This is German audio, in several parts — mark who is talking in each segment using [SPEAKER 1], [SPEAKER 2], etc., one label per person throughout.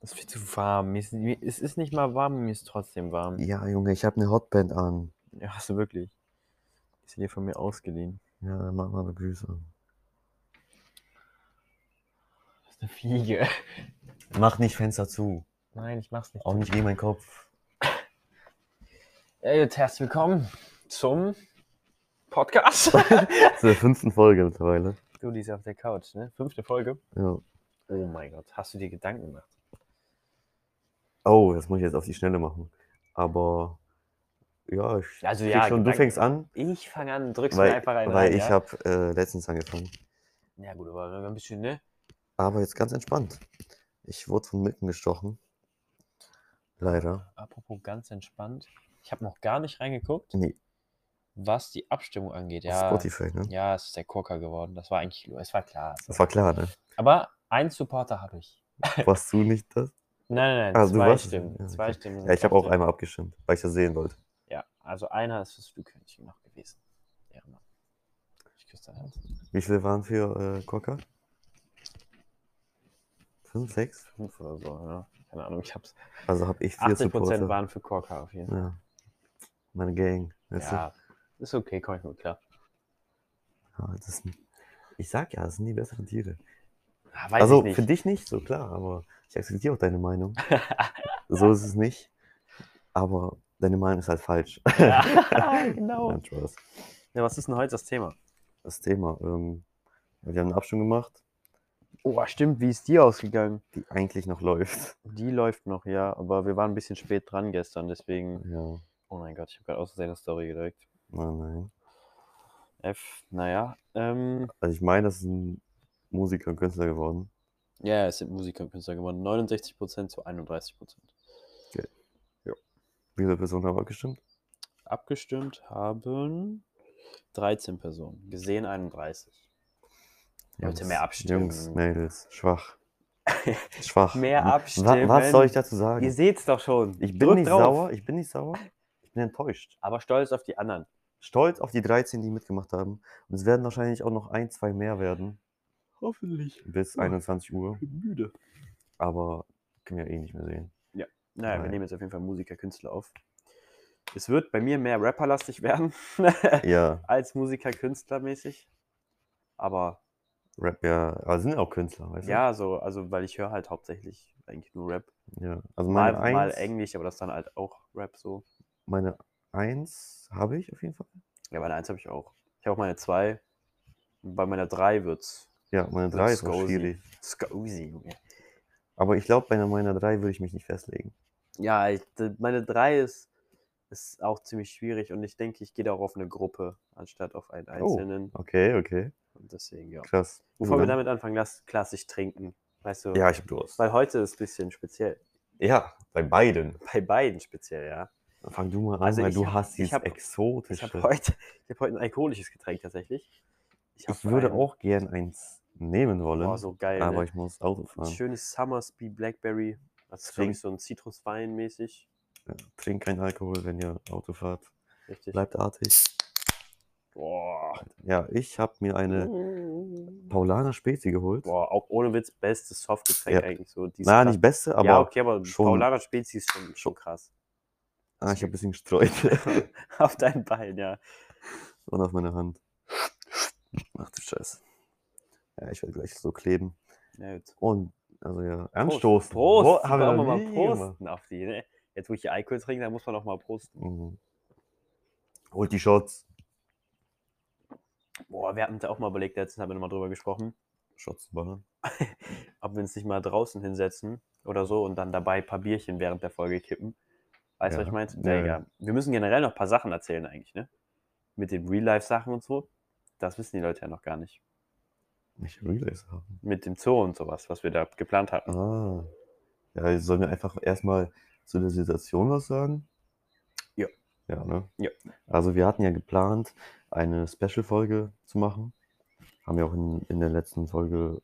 [SPEAKER 1] Es ist viel zu warm. Mir ist, mir, es ist nicht mal warm, mir ist trotzdem warm.
[SPEAKER 2] Ja, Junge, ich habe eine Hotband an.
[SPEAKER 1] Ja, hast du wirklich. Ist dir von mir ausgeliehen.
[SPEAKER 2] Ja, dann mach mal eine Grüße.
[SPEAKER 1] Das ist eine Fliege.
[SPEAKER 2] Mach nicht Fenster zu.
[SPEAKER 1] Nein, ich mach's nicht.
[SPEAKER 2] Auch nicht gegen meinen Kopf.
[SPEAKER 1] Ey, jetzt herzlich willkommen zum Podcast.
[SPEAKER 2] Zur fünften Folge mittlerweile.
[SPEAKER 1] du, die ist auf der Couch, ne? Fünfte Folge.
[SPEAKER 2] Ja.
[SPEAKER 1] Oh mein Gott, hast du dir Gedanken gemacht?
[SPEAKER 2] Oh, das muss ich jetzt auf die Schnelle machen. Aber ja, ich
[SPEAKER 1] Also
[SPEAKER 2] krieg
[SPEAKER 1] ja,
[SPEAKER 2] schon, du
[SPEAKER 1] Gedanken-
[SPEAKER 2] fängst an,
[SPEAKER 1] Ich fange an, drückst
[SPEAKER 2] weil,
[SPEAKER 1] mir einfach rein.
[SPEAKER 2] weil
[SPEAKER 1] rein,
[SPEAKER 2] ich
[SPEAKER 1] ja?
[SPEAKER 2] habe äh, letztens angefangen.
[SPEAKER 1] Ja gut, aber ein bisschen, ne?
[SPEAKER 2] Aber jetzt ganz entspannt. Ich wurde von Mücken gestochen. Leider.
[SPEAKER 1] Apropos ganz entspannt. Ich habe noch gar nicht reingeguckt,
[SPEAKER 2] Nee,
[SPEAKER 1] was die Abstimmung angeht.
[SPEAKER 2] auf
[SPEAKER 1] Ja,
[SPEAKER 2] Spotify, ne?
[SPEAKER 1] ja es ist der Kurka geworden. Das war eigentlich, es war klar.
[SPEAKER 2] Das war klar, ne?
[SPEAKER 1] Aber ein Supporter habe ich.
[SPEAKER 2] Warst du nicht das?
[SPEAKER 1] Nein, nein, nein,
[SPEAKER 2] Ah, du
[SPEAKER 1] zwei
[SPEAKER 2] warst es.
[SPEAKER 1] Stimmen.
[SPEAKER 2] Ja,
[SPEAKER 1] zwei
[SPEAKER 2] okay.
[SPEAKER 1] Stimmen sind
[SPEAKER 2] Ja, ich habe auch
[SPEAKER 1] trotzdem-
[SPEAKER 2] einmal abgestimmt, weil ich das sehen wollte.
[SPEAKER 1] Ja, also einer ist fürs Flugkönigchen noch gewesen. Ehrenmann. Ich küsse dein Herz.
[SPEAKER 2] Wie viele waren für äh, Cocker? Fünf, sechs?
[SPEAKER 1] Fünf oder so, ja. Keine Ahnung, ich hab's.
[SPEAKER 2] Also habe ich vier
[SPEAKER 1] 80 Prozent
[SPEAKER 2] Supporter.
[SPEAKER 1] waren für Korka auf jeden Fall.
[SPEAKER 2] ja. Meine Gang. weißt du?
[SPEAKER 1] Ja, ist okay, komm ich mit klar.
[SPEAKER 2] Ja, das sind, ich sag ja, das sind die besseren Tiere.
[SPEAKER 1] Ah, Weiß
[SPEAKER 2] also
[SPEAKER 1] ich nicht.
[SPEAKER 2] für dich nicht, so klar, aber ich akzeptiere auch deine Meinung. so ist es nicht. Aber deine Meinung ist halt falsch.
[SPEAKER 1] Ja, genau.
[SPEAKER 2] Nein, Spaß.
[SPEAKER 1] Ja, was ist denn heute das Thema?
[SPEAKER 2] Das Thema. Ähm, wir haben eine Abstimmung gemacht,
[SPEAKER 1] Oh, stimmt, wie ist die ausgegangen?
[SPEAKER 2] die eigentlich noch läuft.
[SPEAKER 1] Die läuft noch, ja, aber wir waren ein bisschen spät dran gestern, deswegen.
[SPEAKER 2] Ja,
[SPEAKER 1] Oh mein Gott, ich habe gerade aus Versehen eine Story gedrückt.
[SPEAKER 2] nein, nein.
[SPEAKER 1] F, naja. Ähm,
[SPEAKER 2] Also ich meine, das ist ein Musiker und Künstler geworden.
[SPEAKER 1] ja, es sind Musiker und Künstler geworden. 69% zu 31%.
[SPEAKER 2] Wie viele Personen haben abgestimmt?
[SPEAKER 1] Abgestimmt haben 13 Personen. Gesehen 31. Leute,
[SPEAKER 2] Jungs,
[SPEAKER 1] mehr abstimmen.
[SPEAKER 2] Jungs, Mädels, schwach. Schwach.
[SPEAKER 1] Mehr
[SPEAKER 2] Wa-
[SPEAKER 1] abstimmen.
[SPEAKER 2] Was soll ich dazu sagen?
[SPEAKER 1] Ihr seht's doch schon.
[SPEAKER 2] ich bin
[SPEAKER 1] Drückt
[SPEAKER 2] nicht
[SPEAKER 1] drauf.
[SPEAKER 2] sauer, ich bin nicht sauer, ich bin enttäuscht.
[SPEAKER 1] Aber stolz auf die anderen.
[SPEAKER 2] Stolz auf die 13, die mitgemacht haben. Und es werden wahrscheinlich auch noch ein, zwei mehr werden
[SPEAKER 1] Hoffentlich.
[SPEAKER 2] bis
[SPEAKER 1] Ja.
[SPEAKER 2] 21 Uhr.
[SPEAKER 1] bin müde.
[SPEAKER 2] Aber können wir eh nicht mehr sehen.
[SPEAKER 1] Naja, wir
[SPEAKER 2] Nein.
[SPEAKER 1] nehmen jetzt auf jeden Fall Musiker, Künstler auf. Es wird bei mir mehr Rapper-lastig werden Äh.
[SPEAKER 2] Ja,
[SPEAKER 1] als Musiker, Künstler-mäßig. Aber
[SPEAKER 2] Rap, ja. Aber sind ja auch Künstler, weißt
[SPEAKER 1] ja, so, also, weil ich höre halt hauptsächlich eigentlich nur Rap.
[SPEAKER 2] du? Ja. Also
[SPEAKER 1] Mal,
[SPEAKER 2] meine eins,
[SPEAKER 1] mal Englisch, aber das dann halt auch Rap so.
[SPEAKER 2] meine eins habe ich auf jeden Fall.
[SPEAKER 1] Ja, meine 1 habe ich auch. Ich habe auch meine 2. Bei meiner 3 wird's
[SPEAKER 2] Ja, meine
[SPEAKER 1] Wird's
[SPEAKER 2] drei ist auch
[SPEAKER 1] cozy.
[SPEAKER 2] schwierig.
[SPEAKER 1] Scozy, Junge.
[SPEAKER 2] Aber ich glaube, bei einer meiner drei würde ich mich nicht festlegen.
[SPEAKER 1] Ja, ich, d- meine 3 ist, ist auch ziemlich schwierig und ich denke, ich gehe da auch auf eine Gruppe, anstatt auf einen
[SPEAKER 2] Oh.
[SPEAKER 1] Einzelnen.
[SPEAKER 2] Okay, okay.
[SPEAKER 1] Und deswegen, ja.
[SPEAKER 2] Krass.
[SPEAKER 1] Bevor
[SPEAKER 2] Du
[SPEAKER 1] wir
[SPEAKER 2] dann?
[SPEAKER 1] damit anfangen, lass klassisch trinken. Weißt du?
[SPEAKER 2] ja, ich habe Durst.
[SPEAKER 1] Weil heute ist ein bisschen speziell.
[SPEAKER 2] Ja, bei beiden.
[SPEAKER 1] Bei beiden speziell, ja.
[SPEAKER 2] Fang du mal an,
[SPEAKER 1] Also
[SPEAKER 2] weil
[SPEAKER 1] ich
[SPEAKER 2] du
[SPEAKER 1] hab-
[SPEAKER 2] hast
[SPEAKER 1] ich
[SPEAKER 2] dieses
[SPEAKER 1] hab-
[SPEAKER 2] exotische.
[SPEAKER 1] Ich habe heute, ich hab heute ein alkoholisches Getränk tatsächlich. hab
[SPEAKER 2] Ich würde
[SPEAKER 1] ein-
[SPEAKER 2] auch gern eins nehmen wollen,
[SPEAKER 1] Boah, so geil.
[SPEAKER 2] aber
[SPEAKER 1] ne?
[SPEAKER 2] ich muss Auto
[SPEAKER 1] Ein
[SPEAKER 2] fahren.
[SPEAKER 1] schönes Summersby Blackberry. Das ist, glaube
[SPEAKER 2] Trink-
[SPEAKER 1] ich, so ein Zitruswein mäßig.
[SPEAKER 2] Ja, Trinkt keinen Alkohol, wenn ihr Auto fahrt.
[SPEAKER 1] Richtig.
[SPEAKER 2] Bleibt artig.
[SPEAKER 1] Boah.
[SPEAKER 2] Ja, ich habe mir
[SPEAKER 1] Uh.
[SPEAKER 2] eine
[SPEAKER 1] Boah,
[SPEAKER 2] Paulaner Spezi geholt.
[SPEAKER 1] auch ohne Witz, bestes Softgetränk
[SPEAKER 2] Ja.
[SPEAKER 1] eigentlich so. Die ist
[SPEAKER 2] Na,
[SPEAKER 1] krass.
[SPEAKER 2] nicht beste, aber
[SPEAKER 1] ja, okay, aber
[SPEAKER 2] schon-
[SPEAKER 1] Paulaner Spezi ist schon, schon krass.
[SPEAKER 2] ah, ich habe ein bisschen gestreut.
[SPEAKER 1] Auf dein Bein, ja.
[SPEAKER 2] Und auf meine Hand. Ach du Scheiße. Ja, ich werde gleich so kleben.
[SPEAKER 1] Na gut.
[SPEAKER 2] Und, also ja,
[SPEAKER 1] Prost.
[SPEAKER 2] anstoßen.
[SPEAKER 1] Prost. Haben
[SPEAKER 2] Wo- haben wir
[SPEAKER 1] wir
[SPEAKER 2] noch
[SPEAKER 1] mal
[SPEAKER 2] nie
[SPEAKER 1] prosten auf die, ne? Jetzt, wo ich hier Alkohol trinke, da muss man auch mal prosten.
[SPEAKER 2] Mhm. Holt die Shots.
[SPEAKER 1] Boah, wir hatten da auch mal überlegt, letztens haben wir nochmal drüber gesprochen,
[SPEAKER 2] Shots ballern.
[SPEAKER 1] ob wir uns nicht mal draußen hinsetzen oder so und dann dabei ein paar Bierchen während der Folge kippen. Weißt du,
[SPEAKER 2] Ja.
[SPEAKER 1] was ich meinte?
[SPEAKER 2] Ja,
[SPEAKER 1] Ja,
[SPEAKER 2] ja.
[SPEAKER 1] egal. Wir müssen generell noch ein paar Sachen erzählen eigentlich, ne? Mit den Real-Life-Sachen und so. Das wissen die Leute ja noch gar nicht.
[SPEAKER 2] Nicht Relays haben.
[SPEAKER 1] Mit dem Zoo und sowas, was wir da geplant hatten.
[SPEAKER 2] Ah. Ja, sollen wir einfach erstmal zu der Situation was sagen?
[SPEAKER 1] Ja.
[SPEAKER 2] Ja, ne?
[SPEAKER 1] Ja.
[SPEAKER 2] Also wir hatten ja geplant, eine Special-Folge zu machen. Haben wir auch in, in der letzten Folge.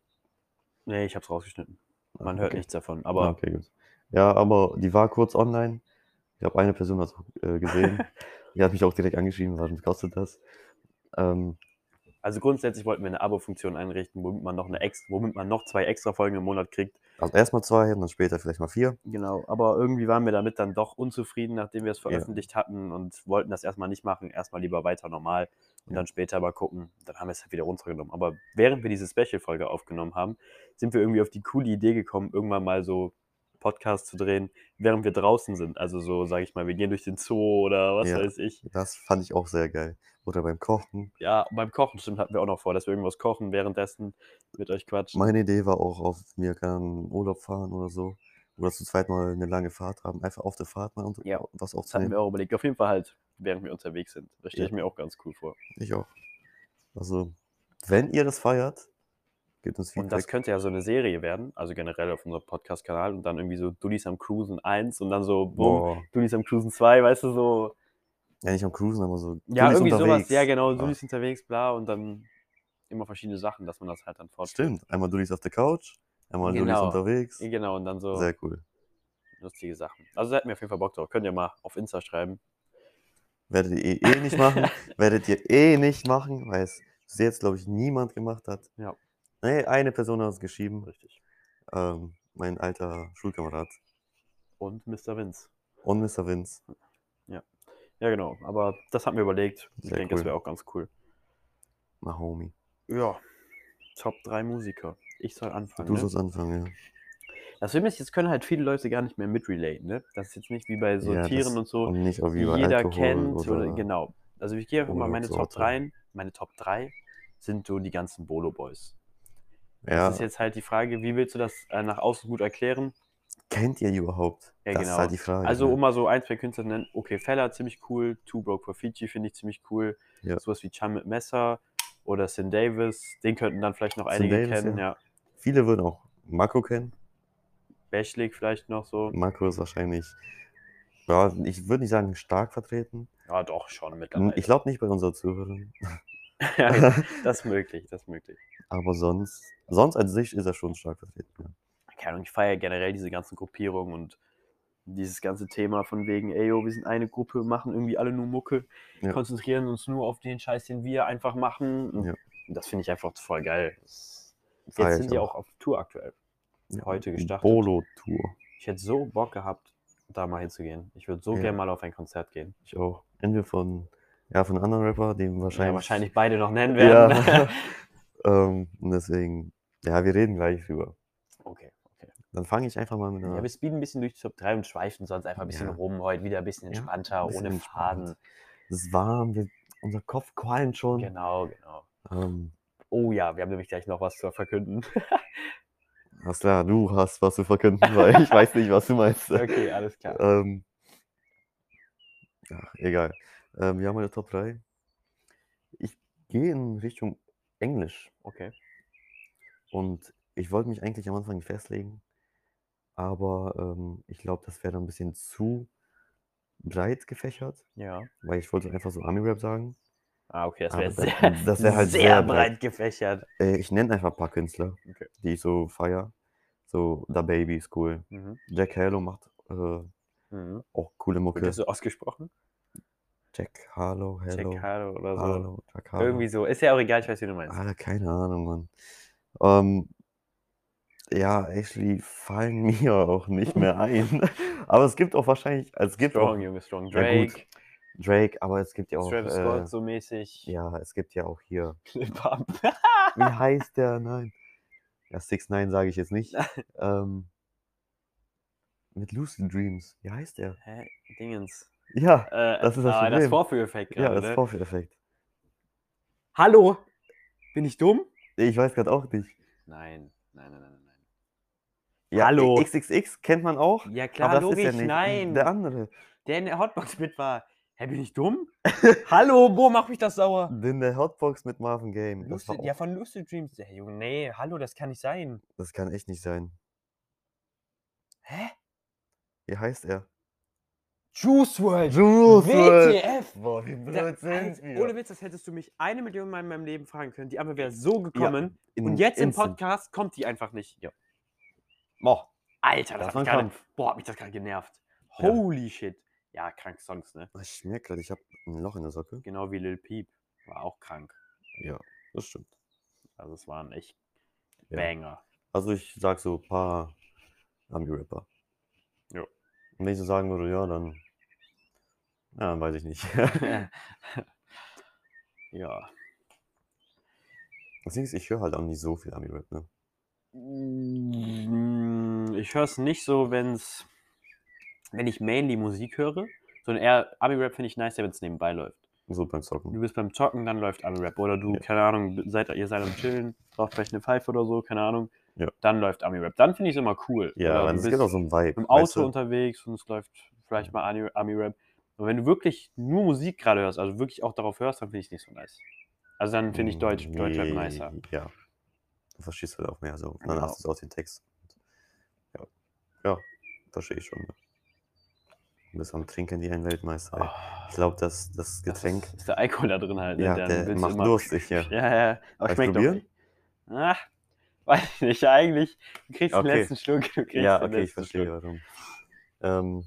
[SPEAKER 1] Nee, ich hab's rausgeschnitten. Man
[SPEAKER 2] Ah,
[SPEAKER 1] hört
[SPEAKER 2] okay.
[SPEAKER 1] nichts davon.
[SPEAKER 2] Ah,
[SPEAKER 1] Aber
[SPEAKER 2] okay, gut. Ja, aber die war kurz online. Ich habe eine Person das auch äh, gesehen. die hat mich auch direkt angeschrieben, was kostet das? Ähm,
[SPEAKER 1] Also grundsätzlich wollten wir eine Abo-Funktion einrichten, womit man noch eine extra, womit man noch zwei extra Folgen im Monat kriegt.
[SPEAKER 2] Also erstmal zwei und dann später vielleicht mal vier.
[SPEAKER 1] Genau, aber irgendwie waren wir damit dann doch unzufrieden, nachdem wir es veröffentlicht hatten und wollten das erstmal nicht machen, erstmal lieber weiter normal und
[SPEAKER 2] Ja.
[SPEAKER 1] dann später mal gucken. Dann haben wir es halt wieder runtergenommen. Aber während wir diese Special-Folge aufgenommen haben, sind wir irgendwie auf die coole Idee gekommen, irgendwann mal so Podcast zu drehen, während wir draußen sind. Also so, sage ich mal, wir gehen durch den Zoo oder was
[SPEAKER 2] Ja.
[SPEAKER 1] weiß ich.
[SPEAKER 2] Das fand ich auch sehr geil. Oder beim Kochen.
[SPEAKER 1] Ja, beim Kochen stimmt, hatten wir auch noch vor, dass wir irgendwas kochen währenddessen mit euch quatschen.
[SPEAKER 2] Meine Idee war auch, auf wir können Urlaub fahren oder so. Oder zum zweiten Mal eine lange Fahrt haben. Einfach auf der Fahrt mal und
[SPEAKER 1] Ja.
[SPEAKER 2] was
[SPEAKER 1] Das hatten
[SPEAKER 2] aufzunehmen.
[SPEAKER 1] wir auch überlegt. Auf jeden Fall halt, während wir unterwegs sind. Das stelle
[SPEAKER 2] Ja.
[SPEAKER 1] ich mir auch ganz cool vor.
[SPEAKER 2] Ich auch. Also, wenn ihr das feiert, gebt uns
[SPEAKER 1] Und das
[SPEAKER 2] Feedback.
[SPEAKER 1] könnte ja so eine Serie werden, also generell auf unserem Podcast-Kanal und dann irgendwie so Dullis am Cruisen 1 und dann so boom,
[SPEAKER 2] Boah.
[SPEAKER 1] Dullis am Cruisen 2, weißt du, so.
[SPEAKER 2] Ja, nicht am Cruisen, aber so.
[SPEAKER 1] Ja,
[SPEAKER 2] Dullis
[SPEAKER 1] irgendwie sowas.
[SPEAKER 2] unterwegs.
[SPEAKER 1] Ja, genau, Dullis unterwegs, bla und dann immer verschiedene Sachen, dass man das halt dann fortführt.
[SPEAKER 2] Stimmt. Einmal Dullis auf der Couch, einmal Dullis
[SPEAKER 1] Genau.
[SPEAKER 2] unterwegs.
[SPEAKER 1] Ja, Genau, und dann so
[SPEAKER 2] Sehr cool.
[SPEAKER 1] lustige Sachen. Also, da hätten wir auf jeden Fall Bock drauf. Könnt ihr mal auf Insta schreiben.
[SPEAKER 2] Werdet ihr eh, eh nicht machen. werdet ihr eh nicht machen, weil es bis jetzt, glaube ich, niemand gemacht hat.
[SPEAKER 1] Ja.
[SPEAKER 2] Nee, eine Person hat es geschrieben.
[SPEAKER 1] Richtig.
[SPEAKER 2] Ähm, mein alter Schulkamerad.
[SPEAKER 1] Und Mr. Vince.
[SPEAKER 2] Und Mr. Vince.
[SPEAKER 1] Ja, genau. Aber das haben wir überlegt. Ich
[SPEAKER 2] Sehr
[SPEAKER 1] denke, das
[SPEAKER 2] cool.
[SPEAKER 1] wäre auch ganz cool.
[SPEAKER 2] Mein Homie.
[SPEAKER 1] Ja. Top 3 Musiker. Ich soll anfangen.
[SPEAKER 2] Du
[SPEAKER 1] ne?
[SPEAKER 2] sollst anfangen, ja.
[SPEAKER 1] Das Problem ist, jetzt können halt viele Leute gar nicht mehr mitrelaten, ne? Das ist jetzt nicht wie bei so
[SPEAKER 2] Ja, das-
[SPEAKER 1] Tieren und so,
[SPEAKER 2] Und nicht auf
[SPEAKER 1] die
[SPEAKER 2] wie bei
[SPEAKER 1] jeder
[SPEAKER 2] Alkohol
[SPEAKER 1] kennt. Oder,
[SPEAKER 2] oder
[SPEAKER 1] genau. Also ich gehe einfach mal
[SPEAKER 2] oder
[SPEAKER 1] meine
[SPEAKER 2] so
[SPEAKER 1] Top
[SPEAKER 2] Alkohol.
[SPEAKER 1] 3. Meine Top 3 sind so die ganzen Bolo Boys.
[SPEAKER 2] Ja,
[SPEAKER 1] Das ist jetzt halt die Frage, wie willst du das äh, nach außen gut erklären?
[SPEAKER 2] kennt ihr die überhaupt?
[SPEAKER 1] Ja,
[SPEAKER 2] das
[SPEAKER 1] genau.
[SPEAKER 2] ist halt die Frage.
[SPEAKER 1] Also,
[SPEAKER 2] ne?
[SPEAKER 1] um mal so ein, zwei Künstler zu nennen, okay, Fella, ziemlich cool, Two Broke for Fiji finde ich ziemlich cool.
[SPEAKER 2] Ja.
[SPEAKER 1] Sowas wie Chum mit Messer oder Sin Davis, den könnten dann vielleicht noch
[SPEAKER 2] Sin
[SPEAKER 1] einige
[SPEAKER 2] Davis,
[SPEAKER 1] kennen, ja.
[SPEAKER 2] Viele würden auch Marco kennen.
[SPEAKER 1] Bechlik vielleicht noch so.
[SPEAKER 2] Marco ist wahrscheinlich, ja, ich würde nicht sagen stark vertreten. Hm,
[SPEAKER 1] Ja, doch, schon mittlerweile.
[SPEAKER 2] Ich glaube nicht bei unseren Zuhörern.
[SPEAKER 1] ja, genau. das ist möglich, das ist möglich.
[SPEAKER 2] Aber sonst, sonst an sich ist er schon stark vertreten. Ja.
[SPEAKER 1] keine Ahnung, ich feiere generell diese ganzen Gruppierungen und dieses ganze Thema von wegen, ey, yo, wir sind eine Gruppe, machen irgendwie alle nur Mucke,
[SPEAKER 2] Ja.
[SPEAKER 1] konzentrieren uns nur auf den Scheiß, den wir einfach machen. Und
[SPEAKER 2] Ja.
[SPEAKER 1] Das finde ich einfach voll geil. Das-
[SPEAKER 2] Feier
[SPEAKER 1] Jetzt
[SPEAKER 2] ich
[SPEAKER 1] sind die
[SPEAKER 2] auch.
[SPEAKER 1] auch auf Tour aktuell.
[SPEAKER 2] Ja.
[SPEAKER 1] heute gestartet.
[SPEAKER 2] Bolo-Tour.
[SPEAKER 1] Ich hätte so Bock gehabt, da mal hinzugehen. Ich würde so
[SPEAKER 2] Ja.
[SPEAKER 1] gerne mal auf ein Konzert gehen.
[SPEAKER 2] Ich auch. Entweder von, ja, von einem anderen Rapper, dem wahrscheinlich.
[SPEAKER 1] Ja, wahrscheinlich beide noch nennen werden.
[SPEAKER 2] Ja. ähm, und deswegen, ja, wir reden gleich drüber.
[SPEAKER 1] okay, okay.
[SPEAKER 2] Dann fange ich einfach mal mit
[SPEAKER 1] Ja.
[SPEAKER 2] einer.
[SPEAKER 1] wir speeden ein bisschen durch die Top 3 und schweifen sonst einfach ein bisschen
[SPEAKER 2] Ja.
[SPEAKER 1] rum. Heute wieder ein bisschen
[SPEAKER 2] Ja,
[SPEAKER 1] entspannter,
[SPEAKER 2] ein bisschen
[SPEAKER 1] ohne
[SPEAKER 2] entspannt.
[SPEAKER 1] Faden.
[SPEAKER 2] Es ist warm, wir, unser Kopf qualmt schon.
[SPEAKER 1] Genau, genau.
[SPEAKER 2] Ähm,
[SPEAKER 1] Oh ja, wir haben nämlich gleich noch was zu verkünden.
[SPEAKER 2] hast klar, du hast was zu verkünden, weil ich weiß nicht, was du meinst.
[SPEAKER 1] Okay, alles klar.
[SPEAKER 2] Ähm, ja, egal. Ähm, wir haben meine Top 3. Ich gehe in Richtung Englisch
[SPEAKER 1] Okay.
[SPEAKER 2] und ich wollte mich eigentlich am Anfang festlegen, aber ähm, ich glaube, das wäre dann ein bisschen zu breit gefächert,
[SPEAKER 1] Ja.
[SPEAKER 2] weil ich wollte einfach so Army-Rap sagen.
[SPEAKER 1] Ah, okay, das
[SPEAKER 2] Aber
[SPEAKER 1] wäre
[SPEAKER 2] das-
[SPEAKER 1] sehr,
[SPEAKER 2] das wär halt
[SPEAKER 1] sehr,
[SPEAKER 2] sehr breit.
[SPEAKER 1] breit gefächert.
[SPEAKER 2] Äh, ich nenne einfach ein paar Künstler,
[SPEAKER 1] Okay.
[SPEAKER 2] die ich so feier. So, Da Baby ist cool.
[SPEAKER 1] Mhm.
[SPEAKER 2] Jack Harlow macht äh,
[SPEAKER 1] Mhm.
[SPEAKER 2] auch coole
[SPEAKER 1] Wird
[SPEAKER 2] Mucke.
[SPEAKER 1] das so ausgesprochen?
[SPEAKER 2] Jack Harlow, Harlow,
[SPEAKER 1] Check Harlow oder so.
[SPEAKER 2] Harlow, Jack Harlow.
[SPEAKER 1] Irgendwie so. Ist ja auch egal, ich weiß, wie du meinst.
[SPEAKER 2] Alter, keine Ahnung, Mann. Ähm, ja, actually fallen mir auch nicht mehr ein. aber es gibt auch wahrscheinlich, also es gibt
[SPEAKER 1] Strong,
[SPEAKER 2] auch
[SPEAKER 1] Junge, strong.
[SPEAKER 2] Ja, gut.
[SPEAKER 1] Drake,
[SPEAKER 2] Drake, aber es gibt ja auch,
[SPEAKER 1] Travis Scott,
[SPEAKER 2] äh,
[SPEAKER 1] so mäßig.
[SPEAKER 2] ja, es gibt ja auch hier,
[SPEAKER 1] Flip Up.
[SPEAKER 2] wie heißt der? Nein. Ja, 6 9 sage ich jetzt nicht. ähm, mit Lucid Dreams, wie heißt der?
[SPEAKER 1] Hä? Dingens.
[SPEAKER 2] Ja,
[SPEAKER 1] Äh,
[SPEAKER 2] Das ist das
[SPEAKER 1] ah, das
[SPEAKER 2] Problem.
[SPEAKER 1] Vorführeffekt
[SPEAKER 2] ja,
[SPEAKER 1] gerade.
[SPEAKER 2] das
[SPEAKER 1] ne?
[SPEAKER 2] Vorführeffekt.
[SPEAKER 1] Hallo? Bin ich dumm?
[SPEAKER 2] Ich weiß gerade auch nicht.
[SPEAKER 1] Nein. Nein, nein, nein, nein.
[SPEAKER 2] Ja,
[SPEAKER 1] Hallo.
[SPEAKER 2] XXX kennt man auch,
[SPEAKER 1] Ja, klar,
[SPEAKER 2] aber das
[SPEAKER 1] logisch,
[SPEAKER 2] ist ja nicht
[SPEAKER 1] nein.
[SPEAKER 2] der andere.
[SPEAKER 1] der in der Hotbox mit war. Hä, bin ich dumm? Hallo, boah, mach mich das sauer.
[SPEAKER 2] Denn der Hotbox mit Marvin Game. Das, war
[SPEAKER 1] Lucid,
[SPEAKER 2] auch,
[SPEAKER 1] ja, von Lucid Dreams. Hey, Junge, nee, hallo, das kann nicht sein.
[SPEAKER 2] das kann echt nicht sein.
[SPEAKER 1] Hä?
[SPEAKER 2] Wie heißt er?
[SPEAKER 1] Juice World.
[SPEAKER 2] Juice
[SPEAKER 1] WTF.
[SPEAKER 2] Boah, wie
[SPEAKER 1] Da- ein- Ohne Witz, das hättest du mich eine Million Mal in meinem Leben fragen können. Die Antwort wäre so gekommen. und jetzt im Podcast kommt die einfach nicht. Ja.
[SPEAKER 2] Boah,
[SPEAKER 1] Alter, das, hat
[SPEAKER 2] das war ein
[SPEAKER 1] mich gerade,
[SPEAKER 2] Kampf.
[SPEAKER 1] boah, hat mich das gerade genervt.
[SPEAKER 2] Ja.
[SPEAKER 1] Holy shit. Ja, krank Songs, ne?
[SPEAKER 2] Ich merke gerade, ich habe ein Loch in der Socke.
[SPEAKER 1] Genau wie Lil Peep. War auch krank.
[SPEAKER 2] Ja. Das stimmt.
[SPEAKER 1] Also es waren echt
[SPEAKER 2] Ja.
[SPEAKER 1] Banger.
[SPEAKER 2] Also ich sag so ein paar Ami-Rapper.
[SPEAKER 1] Jo.
[SPEAKER 2] Und wenn ich so sagen würde, ja, dann. Ja, dann weiß ich nicht.
[SPEAKER 1] ja.
[SPEAKER 2] Das Ding ist, ich höre halt auch nicht so viel Ami-Rap, ne?
[SPEAKER 1] Mm, Ich höre es nicht so, wenn's, wenn ich mainly Musik höre, sondern eher Ami-Rap finde ich nicer, wenn es nebenbei läuft.
[SPEAKER 2] So beim
[SPEAKER 1] Du
[SPEAKER 2] Zocken.
[SPEAKER 1] bist beim Zocken, dann läuft Ami-Rap. Oder du,
[SPEAKER 2] Ja.
[SPEAKER 1] keine Ahnung, seid, ihr seid am Chillen, braucht vielleicht eine Pfeife oder so, keine Ahnung.
[SPEAKER 2] Ja.
[SPEAKER 1] dann läuft Ami-Rap. Dann finde ich es immer cool.
[SPEAKER 2] Ja,
[SPEAKER 1] Oder
[SPEAKER 2] dann
[SPEAKER 1] du
[SPEAKER 2] es
[SPEAKER 1] bist
[SPEAKER 2] gibt auch so ein Vibe.
[SPEAKER 1] im
[SPEAKER 2] weißt
[SPEAKER 1] Auto
[SPEAKER 2] du?
[SPEAKER 1] unterwegs und es läuft vielleicht mal Ani- Ami-Rap. Aber wenn du wirklich nur Musik gerade hörst, also wirklich auch darauf hörst, dann finde ich es nicht so nice. Also dann finde ich Deutsch,
[SPEAKER 2] Mm,
[SPEAKER 1] Deutschrap
[SPEAKER 2] nee,
[SPEAKER 1] nicer.
[SPEAKER 2] Ja. Du verstehst halt auch mehr so. Und Dann
[SPEAKER 1] Genau.
[SPEAKER 2] hast du auch den Text. Ja. Ja, verstehe ich schon. Ne? Und das am Trinken die ein Weltmeister. ey. Ich glaube, das, das
[SPEAKER 1] Ah. Das
[SPEAKER 2] Getränk,
[SPEAKER 1] Ist, ist der Alkohol da drin halt. ne?
[SPEAKER 2] ja,
[SPEAKER 1] Dann
[SPEAKER 2] der
[SPEAKER 1] willst du
[SPEAKER 2] macht
[SPEAKER 1] immer-
[SPEAKER 2] durstig, ja.
[SPEAKER 1] Ja, ja, ja. aber
[SPEAKER 2] Soll ich
[SPEAKER 1] schmeckt doch
[SPEAKER 2] probieren?
[SPEAKER 1] nicht. Ach, weiß ich nicht, eigentlich. Du kriegst den
[SPEAKER 2] Okay.
[SPEAKER 1] letzten Schluck. Du kriegst
[SPEAKER 2] Ja,
[SPEAKER 1] den
[SPEAKER 2] okay, ich
[SPEAKER 1] letzten
[SPEAKER 2] verstehe
[SPEAKER 1] Schluck.
[SPEAKER 2] warum. Ähm,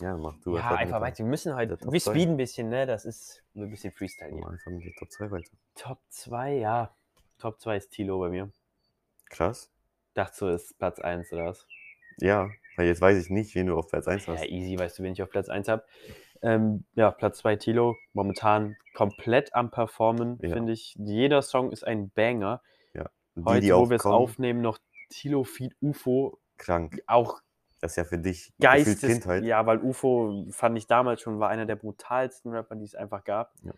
[SPEAKER 2] ja, mach du
[SPEAKER 1] Ja,
[SPEAKER 2] halt
[SPEAKER 1] einfach
[SPEAKER 2] mit
[SPEAKER 1] weiter. Wir müssen heute,
[SPEAKER 2] Der Top
[SPEAKER 1] wir
[SPEAKER 2] zwei.
[SPEAKER 1] speeden ein bisschen, ne? Das ist nur ein bisschen Freestyle
[SPEAKER 2] Am
[SPEAKER 1] hier.
[SPEAKER 2] Anfang mit der Top 2 weiter.
[SPEAKER 1] Top 2, ja. Top 2 ist Tilo bei mir.
[SPEAKER 2] Krass.
[SPEAKER 1] Dachtest du, ist Platz 1 oder was?
[SPEAKER 2] Ja, weil jetzt weiß ich nicht, wen du auf Platz 1
[SPEAKER 1] Ja,
[SPEAKER 2] hast.
[SPEAKER 1] easy, weißt du, wen ich auf Platz 1 habe. Ähm, ja, Platz 2 Tilo, momentan komplett am Performen,
[SPEAKER 2] Ja.
[SPEAKER 1] finde ich. Jeder Song ist ein Banger.
[SPEAKER 2] Die,
[SPEAKER 1] Heute,
[SPEAKER 2] die
[SPEAKER 1] wo wir es
[SPEAKER 2] aufkommen,
[SPEAKER 1] aufnehmen, noch Tilo Feed UFO,
[SPEAKER 2] krank.
[SPEAKER 1] auch
[SPEAKER 2] Das ist ja für dich gefühlt
[SPEAKER 1] geistes.
[SPEAKER 2] Kindheit.
[SPEAKER 1] Ja, weil UFO fand ich damals schon, war einer der brutalsten Rapper, die es einfach gab.
[SPEAKER 2] Ja.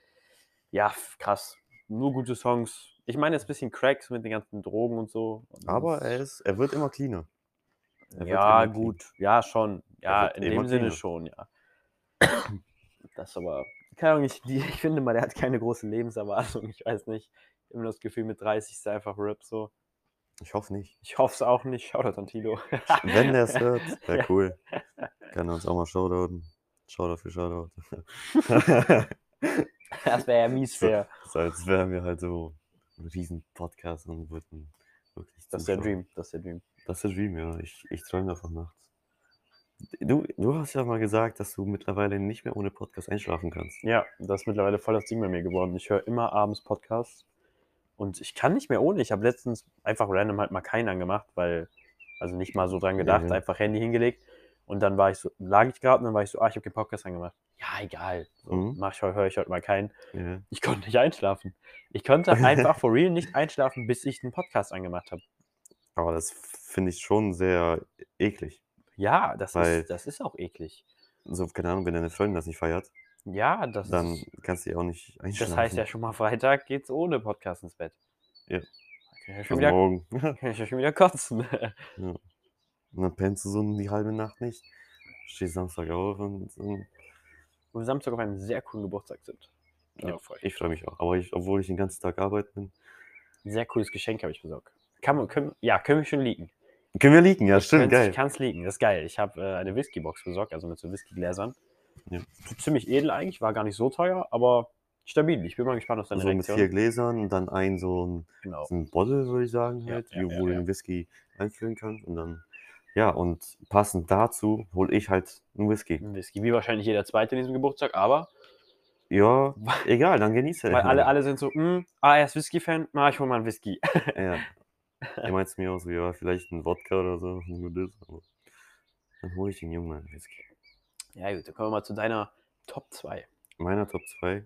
[SPEAKER 1] Ja, f- krass. Nur gute Songs. Ich meine, jetzt ein bisschen Cracks mit den ganzen Drogen und so. Und
[SPEAKER 2] Aber er, ist, er wird immer cleaner. Er wird
[SPEAKER 1] Ja,
[SPEAKER 2] immer cleaner.
[SPEAKER 1] gut. Ja, schon. Ja,
[SPEAKER 2] wird
[SPEAKER 1] in
[SPEAKER 2] immer
[SPEAKER 1] dem Sinne
[SPEAKER 2] cleaner.
[SPEAKER 1] schon, ja. Das aber, keine Ahnung, ich, die, ich finde mal, der hat keine große Lebenserwartung. Ich weiß nicht. Ich hab Immer das Gefühl, mit 30 ist er einfach RIP so.
[SPEAKER 2] Ich hoffe nicht.
[SPEAKER 1] Ich hoffe es auch nicht. Shoutout an Tilo.
[SPEAKER 2] Wenn der es hört, wäre
[SPEAKER 1] Ja.
[SPEAKER 2] cool. Kann er uns auch mal shoutouten. Shoutout für Shoutout.
[SPEAKER 1] Das wäre ja mies,
[SPEAKER 2] So,
[SPEAKER 1] wär.
[SPEAKER 2] so als wären wir halt so ein riesen Podcast und würden wirklich
[SPEAKER 1] Das ist der
[SPEAKER 2] zuschauen.
[SPEAKER 1] Dream. Das ist der Dream.
[SPEAKER 2] Das ist der Dream, ja. Ich, ich träume davon nachts. Du, du hast ja mal gesagt, dass du mittlerweile nicht mehr ohne Podcast einschlafen kannst.
[SPEAKER 1] Ja, das ist mittlerweile voll das Ding bei mir geworden. Ich höre immer abends Podcasts und ich kann nicht mehr ohne. Ich habe letztens einfach random halt mal keinen angemacht, weil, also nicht mal so dran gedacht,
[SPEAKER 2] Mhm.
[SPEAKER 1] einfach Handy hingelegt. Und dann war ich so, lag ich gerade und dann war ich so, ah, ich habe den Podcast angemacht. Ja, egal. So,
[SPEAKER 2] Mhm.
[SPEAKER 1] mach ich, höre ich heute mal keinen.
[SPEAKER 2] Ja.
[SPEAKER 1] Ich konnte nicht einschlafen. Ich konnte einfach for real nicht einschlafen, bis ich den Podcast angemacht habe.
[SPEAKER 2] Aber das finde ich schon sehr eklig.
[SPEAKER 1] Ja, das
[SPEAKER 2] Weil-
[SPEAKER 1] ist, das ist auch eklig.
[SPEAKER 2] So, keine Ahnung, wenn deine Freundin das nicht feiert,
[SPEAKER 1] Ja, das
[SPEAKER 2] dann
[SPEAKER 1] ist.
[SPEAKER 2] kannst du ja auch nicht einschlafen.
[SPEAKER 1] Das heißt ja schon mal Freitag geht's ohne Podcast ins Bett.
[SPEAKER 2] Ja.
[SPEAKER 1] Da kann ich ja schon
[SPEAKER 2] Also
[SPEAKER 1] wieder
[SPEAKER 2] morgen.
[SPEAKER 1] Kann ich ja schon wieder kotzen.
[SPEAKER 2] Und dann pennst du so die halbe Nacht nicht. Stehst Samstag auf und, und
[SPEAKER 1] Wo wir Samstag auf einem sehr coolen Geburtstag sind.
[SPEAKER 2] Ja,
[SPEAKER 1] voll.
[SPEAKER 2] ich freue mich auch. Aber ich, obwohl ich den ganzen Tag arbeiten bin.
[SPEAKER 1] Ein sehr cooles Geschenk habe ich besorgt. Kann man, können, ja, können wir schon liegen.
[SPEAKER 2] Können wir liegen, ja, stimmt, geil.
[SPEAKER 1] Ich kann es liegen, das ist geil. Ich habe äh, eine Whiskybox besorgt, also mit so Whiskygläsern.
[SPEAKER 2] Ja.
[SPEAKER 1] Ziemlich edel eigentlich, war gar nicht so teuer, aber stabil. Ich bin mal gespannt auf deine
[SPEAKER 2] so mit
[SPEAKER 1] Reaktion.
[SPEAKER 2] vier Gläsern und dann ein so ein,
[SPEAKER 1] Genau.
[SPEAKER 2] so ein Bottle, würde ich sagen,
[SPEAKER 1] Ja,
[SPEAKER 2] halt,
[SPEAKER 1] ja,
[SPEAKER 2] wie-
[SPEAKER 1] ja,
[SPEAKER 2] wo du
[SPEAKER 1] ja.
[SPEAKER 2] den Whisky einfüllen kannst. Und dann, ja, und passend dazu hole ich halt einen Whisky.
[SPEAKER 1] Ein Whisky, wie wahrscheinlich jeder zweite in diesem Geburtstag, aber
[SPEAKER 2] Ja,
[SPEAKER 1] weil
[SPEAKER 2] egal, dann genieße halt.
[SPEAKER 1] weil alle, alle sind so, "Mm, ah, er ist Whisky-Fan, na, ich hol mal einen Whisky.
[SPEAKER 2] Ja. Ihr meint mir auch so, ja, vielleicht ein Wodka oder so, ein gutes, aber dann hole ich den Jungen einen Whisky.
[SPEAKER 1] Ja, gut, dann kommen wir mal zu deiner Top 2.
[SPEAKER 2] Meiner Top 2.